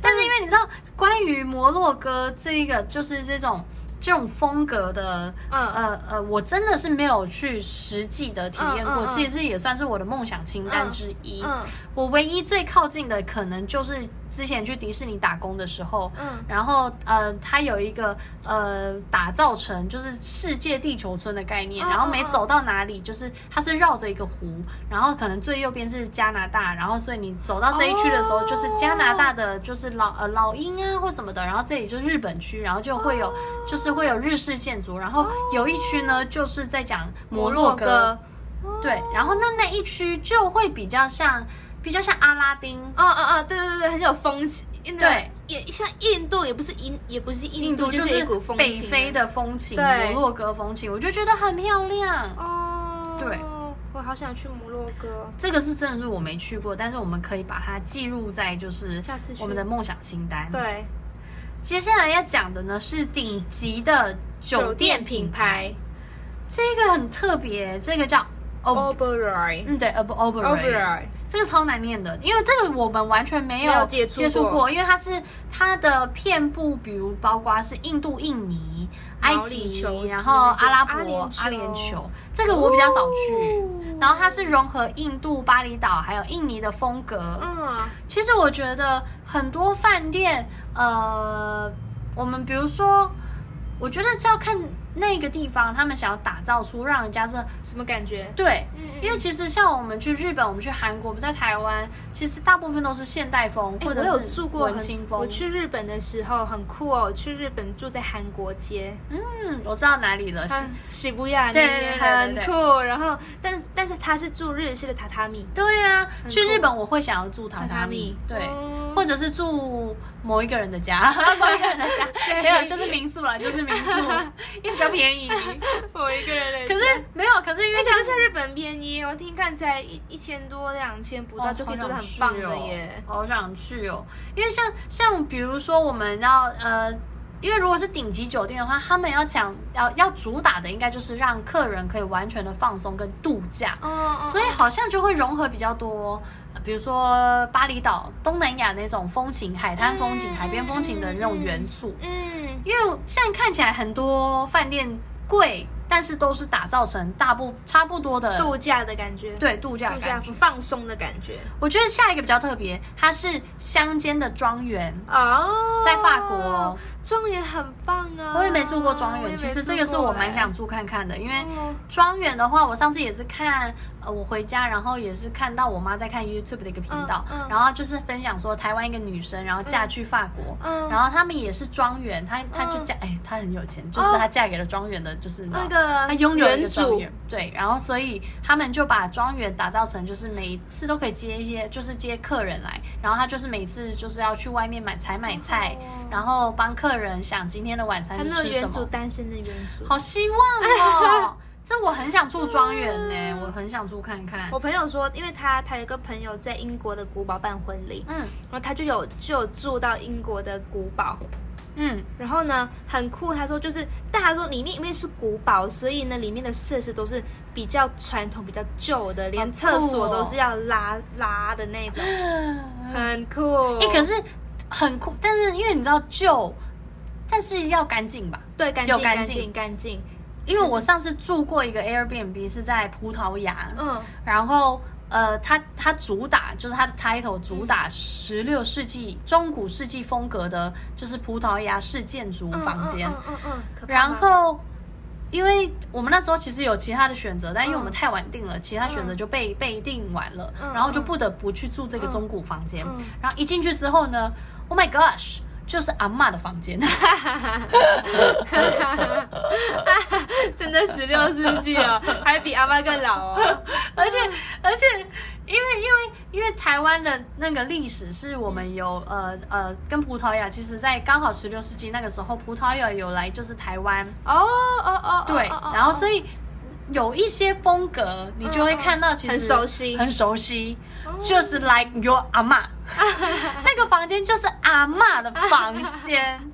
[SPEAKER 4] 但是因为你知道，关于摩洛哥这一个就是这种这种风格的，
[SPEAKER 3] 嗯
[SPEAKER 4] 呃呃，我真的是没有去实际的体验
[SPEAKER 3] 嗯
[SPEAKER 4] 过，
[SPEAKER 3] 嗯嗯
[SPEAKER 4] 其实也算是我的梦想清单之一。
[SPEAKER 3] 嗯
[SPEAKER 4] 我唯一最靠近的可能就是之前去迪士尼打工的时候，
[SPEAKER 3] 嗯
[SPEAKER 4] 然后呃，它有一个呃打造成就是世界地球村的概念，嗯
[SPEAKER 3] 哦
[SPEAKER 4] 然后每
[SPEAKER 3] 哦哦
[SPEAKER 4] 走到哪里就是它是绕着一个湖，然后可能最右边是加拿大，然后所以你走到这一区的时候
[SPEAKER 3] 哦
[SPEAKER 4] 就是加拿大的就是老呃老鹰啊或什么的，然后这里就是日本区，然后就会有就是会有日式建筑，然后有一区呢就是在讲摩洛哥，对，然后那那一区就会比较像比较像阿拉丁。
[SPEAKER 3] 哦哦哦，对对对对，很有风情。那个
[SPEAKER 4] 对，
[SPEAKER 3] 也像印度，也不是印，也不是印
[SPEAKER 4] 印
[SPEAKER 3] 度，
[SPEAKER 4] 度
[SPEAKER 3] 就是一股风
[SPEAKER 4] 北
[SPEAKER 3] 情
[SPEAKER 4] 非的风情，
[SPEAKER 3] 对
[SPEAKER 4] 摩洛哥风情，我就觉得很漂亮。
[SPEAKER 3] 哦。
[SPEAKER 4] 对，
[SPEAKER 3] 我好想去摩洛哥。
[SPEAKER 4] 这个是真的是我没去过，但是我们可以把它记录在就是
[SPEAKER 3] 下次去
[SPEAKER 4] 我们的梦想清单。，
[SPEAKER 3] 对，
[SPEAKER 4] 接下来要讲的呢是顶级的酒店品牌，这个很特别，这个叫哦，
[SPEAKER 3] Oberoi，
[SPEAKER 4] 嗯，对 o b o b e r a
[SPEAKER 3] ，Oberoi，
[SPEAKER 4] 这个超难念的，因为这个我们完全没
[SPEAKER 3] 没
[SPEAKER 4] 有
[SPEAKER 3] 有接触过
[SPEAKER 4] 过，因为它是它的遍布，比如包括是印度、印尼、埃
[SPEAKER 3] 毛里
[SPEAKER 4] 及
[SPEAKER 3] 求斯，
[SPEAKER 4] 然后阿拉伯、
[SPEAKER 3] 阿联酋哦
[SPEAKER 4] 阿联酋，这个我比较少去。然后它是融合印度巴厘岛还有印尼的风格，
[SPEAKER 3] 嗯，
[SPEAKER 4] 其实我觉得很多饭店，呃，我们比如说，我觉得是要看那个地方，他们想要打造出让人家是
[SPEAKER 3] 什么感觉？
[SPEAKER 4] 对。
[SPEAKER 3] 嗯
[SPEAKER 4] 因为其实像我们去日本，我们去韩国，我们在台湾，其实大部分都是现代风
[SPEAKER 3] 哎
[SPEAKER 4] 或者
[SPEAKER 3] 我有
[SPEAKER 4] 是
[SPEAKER 3] 住过
[SPEAKER 4] 文
[SPEAKER 3] 很
[SPEAKER 4] 青风。
[SPEAKER 3] 我去日本的时候很酷哦，我去日本住在韩国街，
[SPEAKER 4] 嗯，我知道哪里了。是
[SPEAKER 3] 它喜不亚那
[SPEAKER 4] 对对对
[SPEAKER 3] 边
[SPEAKER 4] 对
[SPEAKER 3] 啊很
[SPEAKER 4] 对
[SPEAKER 3] 酷。然后，但但是它是住日式的榻榻米，
[SPEAKER 4] 对啊，去
[SPEAKER 3] 酷
[SPEAKER 4] 日本我会想要住榻
[SPEAKER 3] 榻榻
[SPEAKER 4] 榻
[SPEAKER 3] 米
[SPEAKER 4] 米，对，
[SPEAKER 3] 哦
[SPEAKER 4] 或者是住某一个人的 家，某一个人的家， 没有，就是民宿啦，就是民宿，因为比较便 宜。
[SPEAKER 3] 我一个人
[SPEAKER 4] 可是没有，可是因为
[SPEAKER 3] 而且而且日本便宜，我听看才一一千多两千不到
[SPEAKER 4] 哦
[SPEAKER 3] 就可以
[SPEAKER 4] 好
[SPEAKER 3] 住的
[SPEAKER 4] 想
[SPEAKER 3] 很
[SPEAKER 4] 去
[SPEAKER 3] 棒
[SPEAKER 4] 哦
[SPEAKER 3] 的耶。
[SPEAKER 4] 好想去哦，因为像像比如说我们要呃。因为如果是顶级酒店的话，他们要讲要要主打的应该就是让客人可以完全的放松跟度假，
[SPEAKER 3] 哦，
[SPEAKER 4] 所以好像就会融合比较多，呃比如说巴厘岛、东南亚那种风情、海滩风情、海边风情的那种元素。
[SPEAKER 3] 嗯，
[SPEAKER 4] 因为现在看起来很多饭店贵，但是都是打造成大部差不多的
[SPEAKER 3] 度假的感觉，
[SPEAKER 4] 对度假的
[SPEAKER 3] 度假
[SPEAKER 4] 感觉。
[SPEAKER 3] 放松的感觉。
[SPEAKER 4] 我觉得下一个比较特别，它是乡间的庄园，
[SPEAKER 3] 哦，
[SPEAKER 4] 在法国哦。
[SPEAKER 3] 庄园很棒啊！
[SPEAKER 4] 我也没住过庄
[SPEAKER 3] 我也
[SPEAKER 4] 园，
[SPEAKER 3] 没
[SPEAKER 4] 其实
[SPEAKER 3] 住
[SPEAKER 4] 这个是
[SPEAKER 3] 过
[SPEAKER 4] 我
[SPEAKER 3] 哎
[SPEAKER 4] 蛮想住看看的，因为
[SPEAKER 3] 哦
[SPEAKER 4] 庄园的话，我上次也是看，呃，我回家，然后也是看到我妈在看 YouTube 的一个频道，
[SPEAKER 3] 嗯嗯
[SPEAKER 4] 然后就是分享说台湾一个女生，然后嫁去法国，
[SPEAKER 3] 嗯
[SPEAKER 4] 然后他们也是庄园，她她就嫁，哎、她很有钱，就是她嫁给了庄园的，就是
[SPEAKER 3] 哦那
[SPEAKER 4] 那
[SPEAKER 3] 个
[SPEAKER 4] 她拥有一
[SPEAKER 3] 原
[SPEAKER 4] 个
[SPEAKER 3] 主
[SPEAKER 4] 庄园，呃对，然后所以他们就把庄园打造成就是每一次都可以接一些，就是接客人来，然后她就是每次就是要去外面买采买菜，然后帮客人想今天的晚餐
[SPEAKER 3] 还
[SPEAKER 4] 是
[SPEAKER 3] 没有
[SPEAKER 4] 吃什
[SPEAKER 3] 原
[SPEAKER 4] 么
[SPEAKER 3] 主。单身的原主。
[SPEAKER 4] 好希望 哦！这我很想住庄园呢，嗯我很想住看看
[SPEAKER 3] 我。朋友说，因为他他有一个朋友在英国的古堡办婚礼，
[SPEAKER 4] 嗯
[SPEAKER 3] 然后他就有就有住到英国的古堡，
[SPEAKER 4] 嗯，
[SPEAKER 3] 然后呢很酷，他说就是，但他说里面因为是古堡，所以呢里面的设施都是比较传统、比较旧的，连厕所
[SPEAKER 4] 哦
[SPEAKER 3] 都是要拉、拉的 那种，很酷。
[SPEAKER 4] 哎、可是很酷，但是因为你知道旧，但是要干净吧？
[SPEAKER 3] 对干
[SPEAKER 4] 有
[SPEAKER 3] 净
[SPEAKER 4] 干
[SPEAKER 3] 干
[SPEAKER 4] 净
[SPEAKER 3] 净干净，
[SPEAKER 4] 因为我上次住过一个 Airbnb 是在葡萄牙，
[SPEAKER 3] 嗯，
[SPEAKER 4] 然后呃，它它主打就是它的 title 主打十六世纪中古世纪风格的，就是葡萄牙式建筑房间。
[SPEAKER 3] 嗯嗯嗯嗯，可怕吗
[SPEAKER 4] 然后， 因为我们那时候其实有其他的选择，但因为我们太晚订了，其他选择就被、被订完了，
[SPEAKER 3] 嗯
[SPEAKER 4] 然后就不得不去住这个中古房间。
[SPEAKER 3] 嗯
[SPEAKER 4] 然后一进去之后呢，Oh my gosh！就是阿嬷的房间，
[SPEAKER 3] 真的十六世纪哦，还比阿妈更老哦。
[SPEAKER 4] 而且而且，因为因为因为台湾的那个历史是我们有呃呃跟葡萄牙，其实在刚好十六世纪那个时候，葡萄牙有来就是台湾，
[SPEAKER 3] 哦哦哦，
[SPEAKER 4] 对，然后所以有一些风格，你就会看到其实
[SPEAKER 3] 嗯很熟悉哦
[SPEAKER 4] 很熟悉，就是 like your 阿 嬷，那个房间就是阿嬷的房间。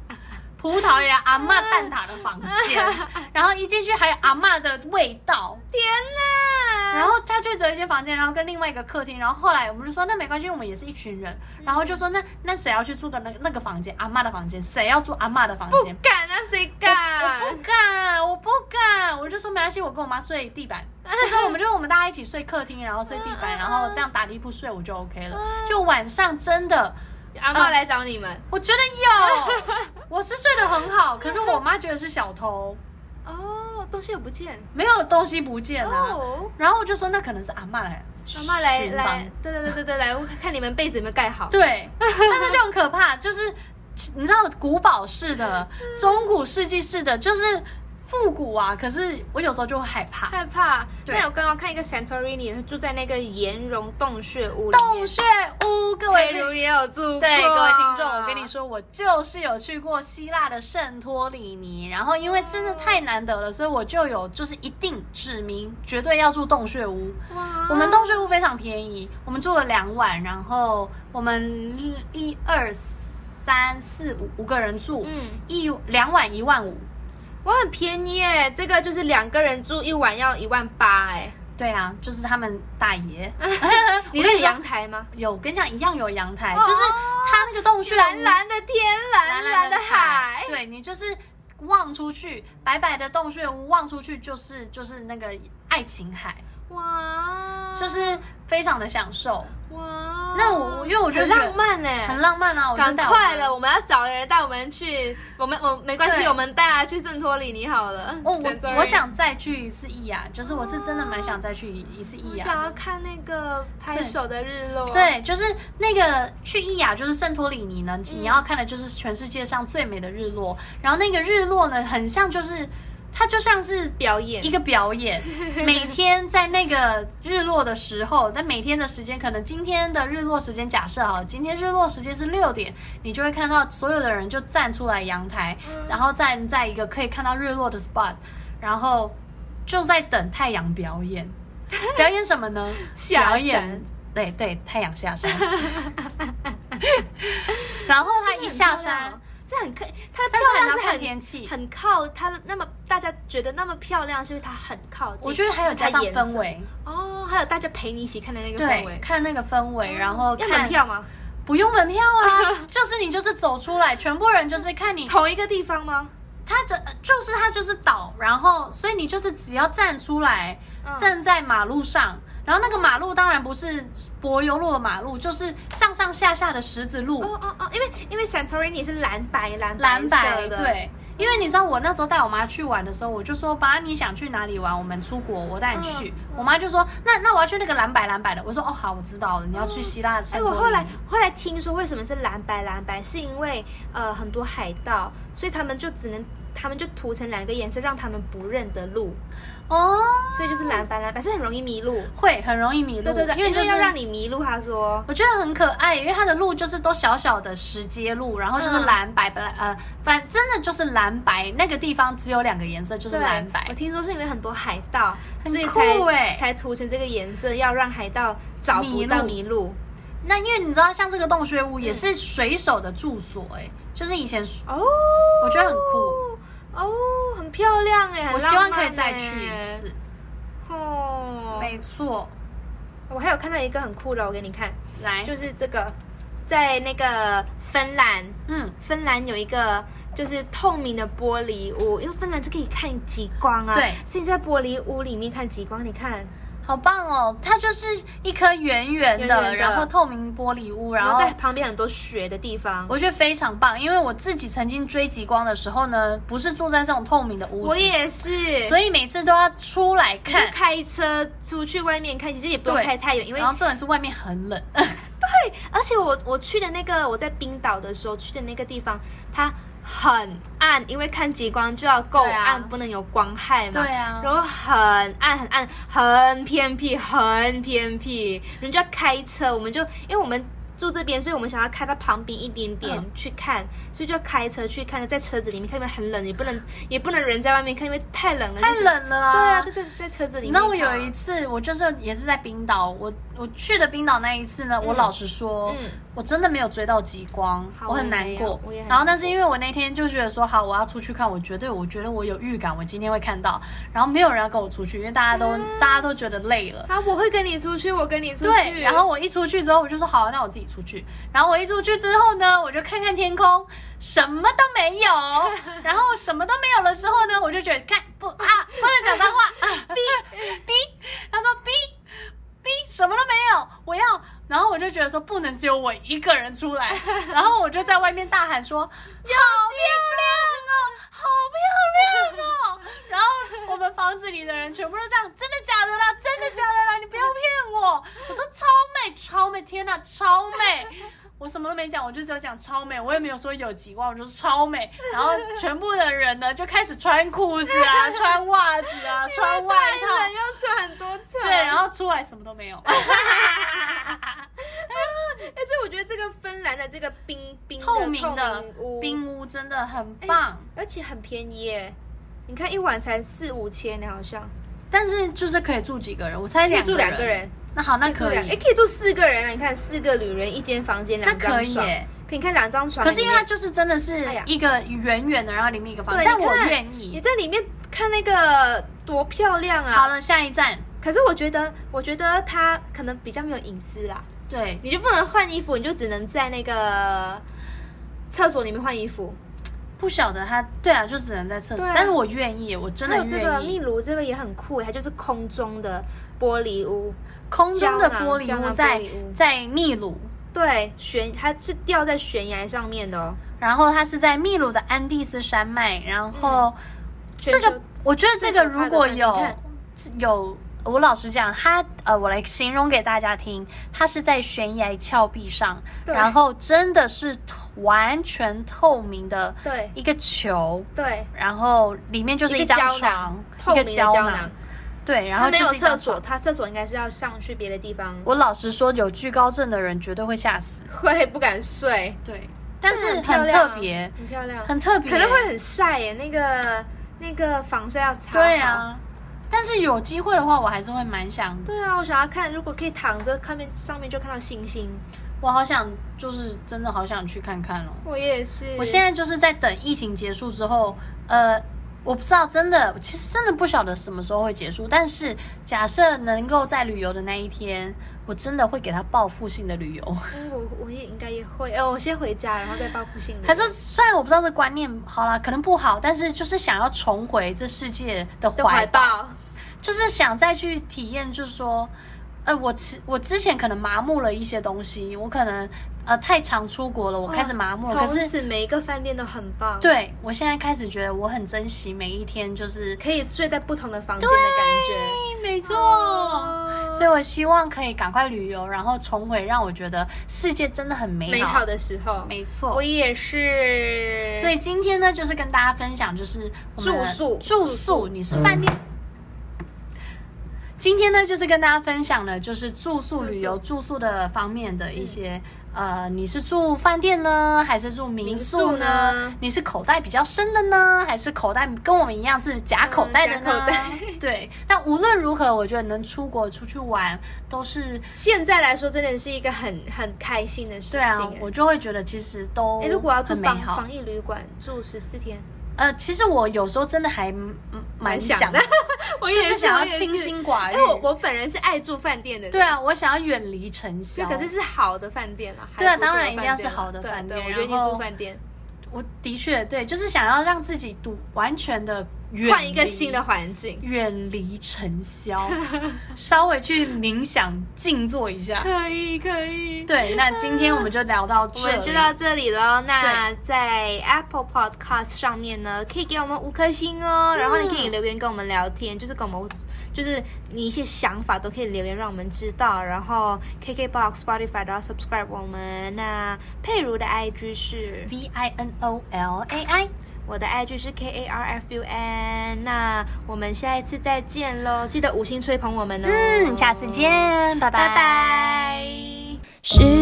[SPEAKER 4] 葡萄牙阿嬷蛋挞的房间，然后一进去还有阿嬷的味道，
[SPEAKER 3] 天哪！
[SPEAKER 4] 然后他就只有一间房间，然后跟另外一个客厅，然后后来我们就说那没关系，我们也是一群人，
[SPEAKER 3] 嗯
[SPEAKER 4] 然后就说那那谁要去住的那那个房间，阿嬷的房间，谁要住阿嬷的房
[SPEAKER 3] 不
[SPEAKER 4] 间？
[SPEAKER 3] 敢啊，谁
[SPEAKER 4] 啊我
[SPEAKER 3] 敢
[SPEAKER 4] 不？敢，我不敢，我就说没关系，我跟我妈睡地板，就是我们就我们大家一起睡客厅，然后睡地
[SPEAKER 3] 嗯
[SPEAKER 4] 板，然后这样打地铺睡，我就 OK 了。就晚上真的，
[SPEAKER 3] 阿妈来找你们
[SPEAKER 4] 我觉得 有，我是睡得很好，可是我妈觉得是小偷，
[SPEAKER 3] 哦，东西又不见
[SPEAKER 4] 没有东西不见啊。
[SPEAKER 3] 哦。
[SPEAKER 4] 然后我就说那可能是阿嬷来，
[SPEAKER 3] 阿妈来
[SPEAKER 4] 巡房
[SPEAKER 3] 来，对对对对对，来我看你们被子有没有盖好。
[SPEAKER 4] 对，但是就很可怕，就是你知道古堡式的、中古世纪式的，就是复古啊。可是我有时候就会害怕
[SPEAKER 3] 害怕。
[SPEAKER 4] 对
[SPEAKER 3] 那我刚刚看一个 Santorini，他住在那个岩溶洞穴屋里面。
[SPEAKER 4] 洞穴屋，各位
[SPEAKER 3] 佩如也有住过。
[SPEAKER 4] 对各位听众，我跟你，说，我就是有去过希腊的圣托里尼，然后因为真的
[SPEAKER 3] 哦
[SPEAKER 4] 太难得了，所以我就有就是一定指明绝对要住洞穴屋。
[SPEAKER 3] 哇
[SPEAKER 4] 我们洞穴屋非常便宜，我们住了两晚，然后我们一二三四五五个人住，
[SPEAKER 3] 嗯
[SPEAKER 4] 一两晚一万五。
[SPEAKER 3] 我很便宜耶，这个就是两个人住一晚要一万八哎，
[SPEAKER 4] 对啊，就是他们大爷
[SPEAKER 3] 你那个阳台吗？
[SPEAKER 4] 有，跟你讲一样有阳台，
[SPEAKER 3] 哦
[SPEAKER 4] 就是他那个洞穴
[SPEAKER 3] 蓝蓝的天，蓝
[SPEAKER 4] 蓝
[SPEAKER 3] 蓝
[SPEAKER 4] 蓝
[SPEAKER 3] 的海，
[SPEAKER 4] 对你就是望出去，白白的洞穴屋望出去就是就是那个爱情海，
[SPEAKER 3] 哇，
[SPEAKER 4] 就是非常的享受，
[SPEAKER 3] 哇，
[SPEAKER 4] 那我因为我就
[SPEAKER 3] 很
[SPEAKER 4] 觉得
[SPEAKER 3] 浪漫哎、
[SPEAKER 4] 很浪漫啊！我就
[SPEAKER 3] 赶
[SPEAKER 4] 带我
[SPEAKER 3] 快
[SPEAKER 4] 们
[SPEAKER 3] 了，我们要找人带我们去，我们我没关系，
[SPEAKER 4] 对
[SPEAKER 3] 我们带他去圣托里尼好了。
[SPEAKER 4] 哦，我
[SPEAKER 3] Santorini
[SPEAKER 4] 我想再去一次义雅，就是我是真的蛮想再去一一次啊义
[SPEAKER 3] 我
[SPEAKER 4] 雅
[SPEAKER 3] 想要
[SPEAKER 4] 的。
[SPEAKER 3] 看那个拍手的日落，，
[SPEAKER 4] 对，就是那个去义雅，就是圣托里尼呢，你要看的就是全世界上最美的日落。然后那个日落呢，很像就是它就像是
[SPEAKER 3] 表演
[SPEAKER 4] 一个表演，每天在那个日落的时候，但每天的时间，可能今天的日落时间，假设好，今天日落时间是六点，你就会看到所有的人就站出来阳台，
[SPEAKER 3] 嗯
[SPEAKER 4] 然后站在一个可以看到日落的 spot，然后就在等太阳表 演，表演什么呢？表
[SPEAKER 3] 下山
[SPEAKER 4] 演。对对，太阳下 山，然后他一下山，
[SPEAKER 3] 这很可，它的
[SPEAKER 4] 但是
[SPEAKER 3] 哦漂
[SPEAKER 4] 还
[SPEAKER 3] 亮
[SPEAKER 4] 要
[SPEAKER 3] 是
[SPEAKER 4] 看
[SPEAKER 3] 很
[SPEAKER 4] 天气，
[SPEAKER 3] 很靠它的那么大家觉得那么漂亮，是因为它很靠近。
[SPEAKER 4] 我觉得还有加上氛围，
[SPEAKER 3] 哦，还有大家陪你一起看的那个氛
[SPEAKER 4] 对，
[SPEAKER 3] 围。嗯
[SPEAKER 4] 看那个氛围，然后
[SPEAKER 3] 要
[SPEAKER 4] 看
[SPEAKER 3] 门票吗？
[SPEAKER 4] 不用门票 啊，就是你就是走出来，全部人就是看你，
[SPEAKER 3] 同一个地方吗？
[SPEAKER 4] 他这就是他就是岛，然后所以你就是只要站出来，
[SPEAKER 3] 嗯
[SPEAKER 4] 站在马路上，然后那个马路当然不是柏油路的马路，就是上上下下的石子路，
[SPEAKER 3] 哦哦哦，因为因为 Santorini 是蓝白蓝
[SPEAKER 4] 蓝白
[SPEAKER 3] 色的，
[SPEAKER 4] 对。因为你知道，我那时候带我妈去玩的时候，我就说：“爸，你想去哪里玩？我们出国，我带你
[SPEAKER 3] 嗯
[SPEAKER 4] 去。我妈就说：“那那我要去那个蓝白蓝白的。”我说：“哦，好，我知道了，你要去希腊的圣
[SPEAKER 3] 哎，
[SPEAKER 4] 托
[SPEAKER 3] 我
[SPEAKER 4] 里尼。
[SPEAKER 3] 后来后来听说为什么是蓝白蓝白，是因为呃很多海盗，所以他们就只能他们就涂成两个颜色，让他们不认得路，
[SPEAKER 4] 哦，
[SPEAKER 3] 所以就是蓝白蓝白，是很容易迷路。
[SPEAKER 4] 会很容易迷路，
[SPEAKER 3] 对对对，
[SPEAKER 4] 因为就是
[SPEAKER 3] 要让你迷路。他说，
[SPEAKER 4] 我觉得很可爱，因为它的路就是都小小的石阶路，然后就是
[SPEAKER 3] 嗯
[SPEAKER 4] 蓝白白、呃，反正真的就是蓝白，那个地方只有两个颜色，就是
[SPEAKER 3] 对
[SPEAKER 4] 蓝白
[SPEAKER 3] 我。听说是因为很多海盗，
[SPEAKER 4] 很
[SPEAKER 3] 所以
[SPEAKER 4] 酷
[SPEAKER 3] 才
[SPEAKER 4] 欸
[SPEAKER 3] 才涂成这个颜色，要让海盗找不到
[SPEAKER 4] 迷
[SPEAKER 3] 迷路。
[SPEAKER 4] 那因为你知道，像这个洞穴屋也是水手的住所、哎、就是以前水
[SPEAKER 3] 哦，
[SPEAKER 4] 我觉得很酷，
[SPEAKER 3] 哦，很漂亮哎，很
[SPEAKER 4] 我希望
[SPEAKER 3] 浪
[SPEAKER 4] 可以
[SPEAKER 3] 漫
[SPEAKER 4] 再
[SPEAKER 3] 欸
[SPEAKER 4] 去一。次。
[SPEAKER 3] 哦，
[SPEAKER 4] 没错，
[SPEAKER 3] 我还有看到一个很酷的，我给你看，
[SPEAKER 4] 来，
[SPEAKER 3] 就是这个，在那个芬兰，
[SPEAKER 4] 嗯，
[SPEAKER 3] 芬兰有一个就是透明的玻璃屋，因为芬兰是可以看极光啊。
[SPEAKER 4] 对
[SPEAKER 3] 所以你在玻璃屋里面看极光，你看，
[SPEAKER 4] 好棒哦！它就是一颗圆圆的，
[SPEAKER 3] 圆圆的
[SPEAKER 4] 然后透明玻璃屋，然
[SPEAKER 3] 然后
[SPEAKER 4] 后
[SPEAKER 3] 在旁边很多雪的地方。
[SPEAKER 4] 我觉得非常棒，因为我自己曾经追极光的时候呢，不是住在这种透明的屋子，
[SPEAKER 3] 我也是，
[SPEAKER 4] 所以每次都要出来
[SPEAKER 3] 你就
[SPEAKER 4] 看。
[SPEAKER 3] 开车出去外面看，其实也不用
[SPEAKER 4] 对
[SPEAKER 3] 开太远，因为
[SPEAKER 4] 然后重点是外面很 冷，
[SPEAKER 3] 而且我我去的那个我在冰岛的时候去的那个地方，它很暗，因为看极光就要够
[SPEAKER 4] 对啊
[SPEAKER 3] 暗，不能有光害嘛。
[SPEAKER 4] 对啊
[SPEAKER 3] 然后很暗很暗，很偏僻，很偏僻。人家开车，我们就因为我们。住这边，所以我们想要开到旁边一点点
[SPEAKER 4] 嗯
[SPEAKER 3] 去看，所以就要开车去看，在车子里面看，因为很冷，也不能也不能人在外面看，因为太冷了。
[SPEAKER 4] 太
[SPEAKER 3] 就是。
[SPEAKER 4] 冷了啊！
[SPEAKER 3] 对啊，就在在车子里
[SPEAKER 4] 你知
[SPEAKER 3] 面看。啊
[SPEAKER 4] 道我有一次，我就是也是在冰岛，我我去的冰岛那一次呢，我老实说，
[SPEAKER 3] 嗯
[SPEAKER 4] 我真的没有追到极光，
[SPEAKER 3] 好
[SPEAKER 4] 我很难过
[SPEAKER 3] 我也没有我也。很
[SPEAKER 4] 然后，但是因为我那天就觉得说，好，我要出去看，我绝对，我觉得我有预感，我今天会看到。然后没有人要跟我出去，因为大家
[SPEAKER 3] 嗯
[SPEAKER 4] 都、大家都觉得累了。
[SPEAKER 3] 啊，我会跟你出去，我跟你出去。
[SPEAKER 4] 对，然后我一出去之后，我就说好、那我自己出去。然后我一出去之后呢，我就看看天空，什么都没 有。然后什么都没有了之后呢，我就觉得看不啊，不能讲 脏话，啊逼逼，他说逼逼什么都没有，我要。然后我就觉得说不能只有我一个人出 来，然后我就在外面大喊说好漂亮哦，好漂 亮哦。然后我们房子里的人全部都这样，真的假的啦，真的假的啦，你不要骗我。我说超美，超美，天哪，超美。我什么都没讲，我就只有讲超美，我也没有说有极光，我就是超美。然后全部的人呢就开始穿裤子啊，穿袜子啊，穿外
[SPEAKER 3] 太
[SPEAKER 4] 套，
[SPEAKER 3] 冷，要穿很多层。
[SPEAKER 4] 对，然后出来什么都没有，
[SPEAKER 3] 但是我觉得这个芬兰的这个冰冰的
[SPEAKER 4] 透明的
[SPEAKER 3] 透明屋，哎
[SPEAKER 4] 冰屋真的很棒。
[SPEAKER 3] 而且很便宜耶。你看一晚才四五千呢，好像
[SPEAKER 4] 但是就是可以住几个人？我猜
[SPEAKER 3] 可以
[SPEAKER 4] 两
[SPEAKER 3] 住两个人，
[SPEAKER 4] 那好，那
[SPEAKER 3] 住
[SPEAKER 4] 可
[SPEAKER 3] 两哎，
[SPEAKER 4] 以。
[SPEAKER 3] 可以住四个人啊！你看四个女人一间房间，
[SPEAKER 4] 那
[SPEAKER 3] 两张
[SPEAKER 4] 可
[SPEAKER 3] 床，
[SPEAKER 4] 以耶，
[SPEAKER 3] 可以看两张床里
[SPEAKER 4] 可
[SPEAKER 3] 面。
[SPEAKER 4] 是因为它就是真的是
[SPEAKER 3] 哎呀
[SPEAKER 4] 一个远远的，然后里面一个房
[SPEAKER 3] 对，
[SPEAKER 4] 间，但
[SPEAKER 3] 你
[SPEAKER 4] 我
[SPEAKER 3] 看
[SPEAKER 4] 愿
[SPEAKER 3] 你
[SPEAKER 4] 意。
[SPEAKER 3] 在里面看那个多漂亮啊！
[SPEAKER 4] 好，了，下一站
[SPEAKER 3] 可可是我觉得，我觉得他可能比较没有隐私啦，
[SPEAKER 4] 对，
[SPEAKER 3] 你就不能换衣服，你就只能在那个厕所里面换衣服。
[SPEAKER 4] 不晓得他，对啊，就只能在厕所。
[SPEAKER 3] 对啊
[SPEAKER 4] 但是我愿意，我真
[SPEAKER 3] 还
[SPEAKER 4] 的
[SPEAKER 3] 有这个
[SPEAKER 4] 愿
[SPEAKER 3] 壁
[SPEAKER 4] 意。
[SPEAKER 3] 炉，这个也很酷，欸它就是空中的玻璃屋，
[SPEAKER 4] 空中的
[SPEAKER 3] 胶囊
[SPEAKER 4] 玻璃
[SPEAKER 3] 胶
[SPEAKER 4] 屋
[SPEAKER 3] 囊
[SPEAKER 4] 在
[SPEAKER 3] 玻璃屋
[SPEAKER 4] 在秘鲁，
[SPEAKER 3] 对，悬它是吊在悬崖上面的哦。
[SPEAKER 4] 然后它是在秘鲁的安第斯山脉，然
[SPEAKER 3] 嗯
[SPEAKER 4] 后这
[SPEAKER 3] 全
[SPEAKER 4] 个
[SPEAKER 3] 球
[SPEAKER 4] 我觉得这个如果有
[SPEAKER 3] 最可怕的话
[SPEAKER 4] 有，我老实讲，它呃，我来形容给大家听，它是在悬崖峭壁上，
[SPEAKER 3] 对
[SPEAKER 4] 然后真的是完全透明的
[SPEAKER 3] 对
[SPEAKER 4] 一个球，
[SPEAKER 3] 对，
[SPEAKER 4] 然后里面就是
[SPEAKER 3] 一个
[SPEAKER 4] 张
[SPEAKER 3] 胶
[SPEAKER 4] 床
[SPEAKER 3] 囊，透
[SPEAKER 4] 一
[SPEAKER 3] 明
[SPEAKER 4] 个
[SPEAKER 3] 的
[SPEAKER 4] 胶
[SPEAKER 3] 胶
[SPEAKER 4] 囊
[SPEAKER 3] 囊，
[SPEAKER 4] 对，然
[SPEAKER 3] 它
[SPEAKER 4] 后
[SPEAKER 3] 没
[SPEAKER 4] 就
[SPEAKER 3] 有
[SPEAKER 4] 是一张
[SPEAKER 3] 厕所，
[SPEAKER 4] 床。
[SPEAKER 3] 它厕所应该是要上去别的地方，
[SPEAKER 4] 我老实说，有惧高症的人绝对会吓死。
[SPEAKER 3] 会不敢睡，
[SPEAKER 4] 对，但是
[SPEAKER 3] 漂
[SPEAKER 4] 很
[SPEAKER 3] 亮
[SPEAKER 4] 特
[SPEAKER 3] 啊
[SPEAKER 4] 别，
[SPEAKER 3] 很漂亮，
[SPEAKER 4] 很特别，
[SPEAKER 3] 可能会很晒耶，那个那个防晒要擦。
[SPEAKER 4] 对，啊。但是有机会的话，我还是会蛮想，
[SPEAKER 3] 对啊，我想要看，如果可以躺着看面上面就看到星星，
[SPEAKER 4] 我好想，就是真的好想去看看哦。
[SPEAKER 3] 我也是。
[SPEAKER 4] 我现在就是在等疫情结束之后，呃，我不知道真的，其实真的不晓得什么时候会结束。但是假设能够在旅游的那一天，我真的会给他报复性的旅游。
[SPEAKER 3] 嗯我我也应该也会，哎、我先回家，然后再报复性。
[SPEAKER 4] 还是虽然我不知道这观念好啦，可能不好，但是就是想要重回这世界的
[SPEAKER 3] 的
[SPEAKER 4] 怀
[SPEAKER 3] 怀
[SPEAKER 4] 抱，
[SPEAKER 3] 抱，
[SPEAKER 4] 就是想再去体验，就是说，呃，我之我之前可能麻木了一些东西，我可能呃太常出国了，我开始麻木了，可
[SPEAKER 3] 从
[SPEAKER 4] 是。
[SPEAKER 3] 此每一个饭店都很棒，，
[SPEAKER 4] 对，我现在开始觉得我很珍惜每一天，就是
[SPEAKER 3] 可以睡在不同的房间的感哦
[SPEAKER 4] 没错。
[SPEAKER 3] 觉，
[SPEAKER 4] 哦所以我希望可以赶快旅游，然后重回让我觉得世界真的很美好。
[SPEAKER 3] 美好，的时候，
[SPEAKER 4] 没错。
[SPEAKER 3] 我也是，
[SPEAKER 4] 所以今天呢，就是跟大家分享，就是我们的
[SPEAKER 3] 住宿
[SPEAKER 4] 住宿，你是饭店。今天呢，就是跟大家分享了，就是住宿旅游住宿的方面的一些，呃，你是住饭店呢，还是住民宿呢？
[SPEAKER 3] 民宿呢
[SPEAKER 4] 你是口袋比较深的呢，还是口袋跟我们一样是夹口袋的呢？
[SPEAKER 3] 嗯夹口袋
[SPEAKER 4] 对，那无论如何，我觉得能出国出去玩都是
[SPEAKER 3] 现在来说，真的是一个很很开心的事情。
[SPEAKER 4] 对啊
[SPEAKER 3] 哎，
[SPEAKER 4] 我就会觉得其实都
[SPEAKER 3] 哎、如果要住
[SPEAKER 4] 很美
[SPEAKER 3] 防
[SPEAKER 4] 好。
[SPEAKER 3] 防疫旅馆住十四天，
[SPEAKER 4] 呃，其实我有时候真的还蛮蛮想
[SPEAKER 3] 想的 我
[SPEAKER 4] 就是想要清
[SPEAKER 3] 清新。
[SPEAKER 4] 心寡
[SPEAKER 3] 哎、
[SPEAKER 4] 欲。
[SPEAKER 3] 我我本人是爱住饭店的，
[SPEAKER 4] 对，啊，我想要远离尘嚣。
[SPEAKER 3] 这可是是好的饭店了。
[SPEAKER 4] 对啊
[SPEAKER 3] 还不错的
[SPEAKER 4] 当然一定要是
[SPEAKER 3] 饭店了
[SPEAKER 4] 好的
[SPEAKER 3] 对
[SPEAKER 4] 饭店
[SPEAKER 3] 对我觉得
[SPEAKER 4] 然后
[SPEAKER 3] 你住饭店，
[SPEAKER 4] 我的确对，就是想要让自己独完全的远
[SPEAKER 3] 换一个
[SPEAKER 4] 离
[SPEAKER 3] 新的环境。
[SPEAKER 4] 远离尘嚣， 稍微去冥想静坐一下。
[SPEAKER 3] 可以，可以。
[SPEAKER 4] 对，那今天我们就聊到
[SPEAKER 3] 我
[SPEAKER 4] 这里，
[SPEAKER 3] 们就到这里了。那在 Apple Podcast 上面呢，可以给我们五颗星
[SPEAKER 4] 嗯
[SPEAKER 3] 哦。然后你可以留言跟我们聊天，就是跟我们，就是你一些想法都可以留言让我们知道。然后 KKBox、Spotify 都要 subscribe 我们。那佩如的 IG 是
[SPEAKER 4] V I N O L A I，
[SPEAKER 3] 我的 IG 是 K A R F U N。那我们下一次再见喽，记得五星吹捧我们哦。
[SPEAKER 4] 嗯嗯，下次见，拜
[SPEAKER 3] 拜
[SPEAKER 4] 拜
[SPEAKER 3] 拜。
[SPEAKER 6] 世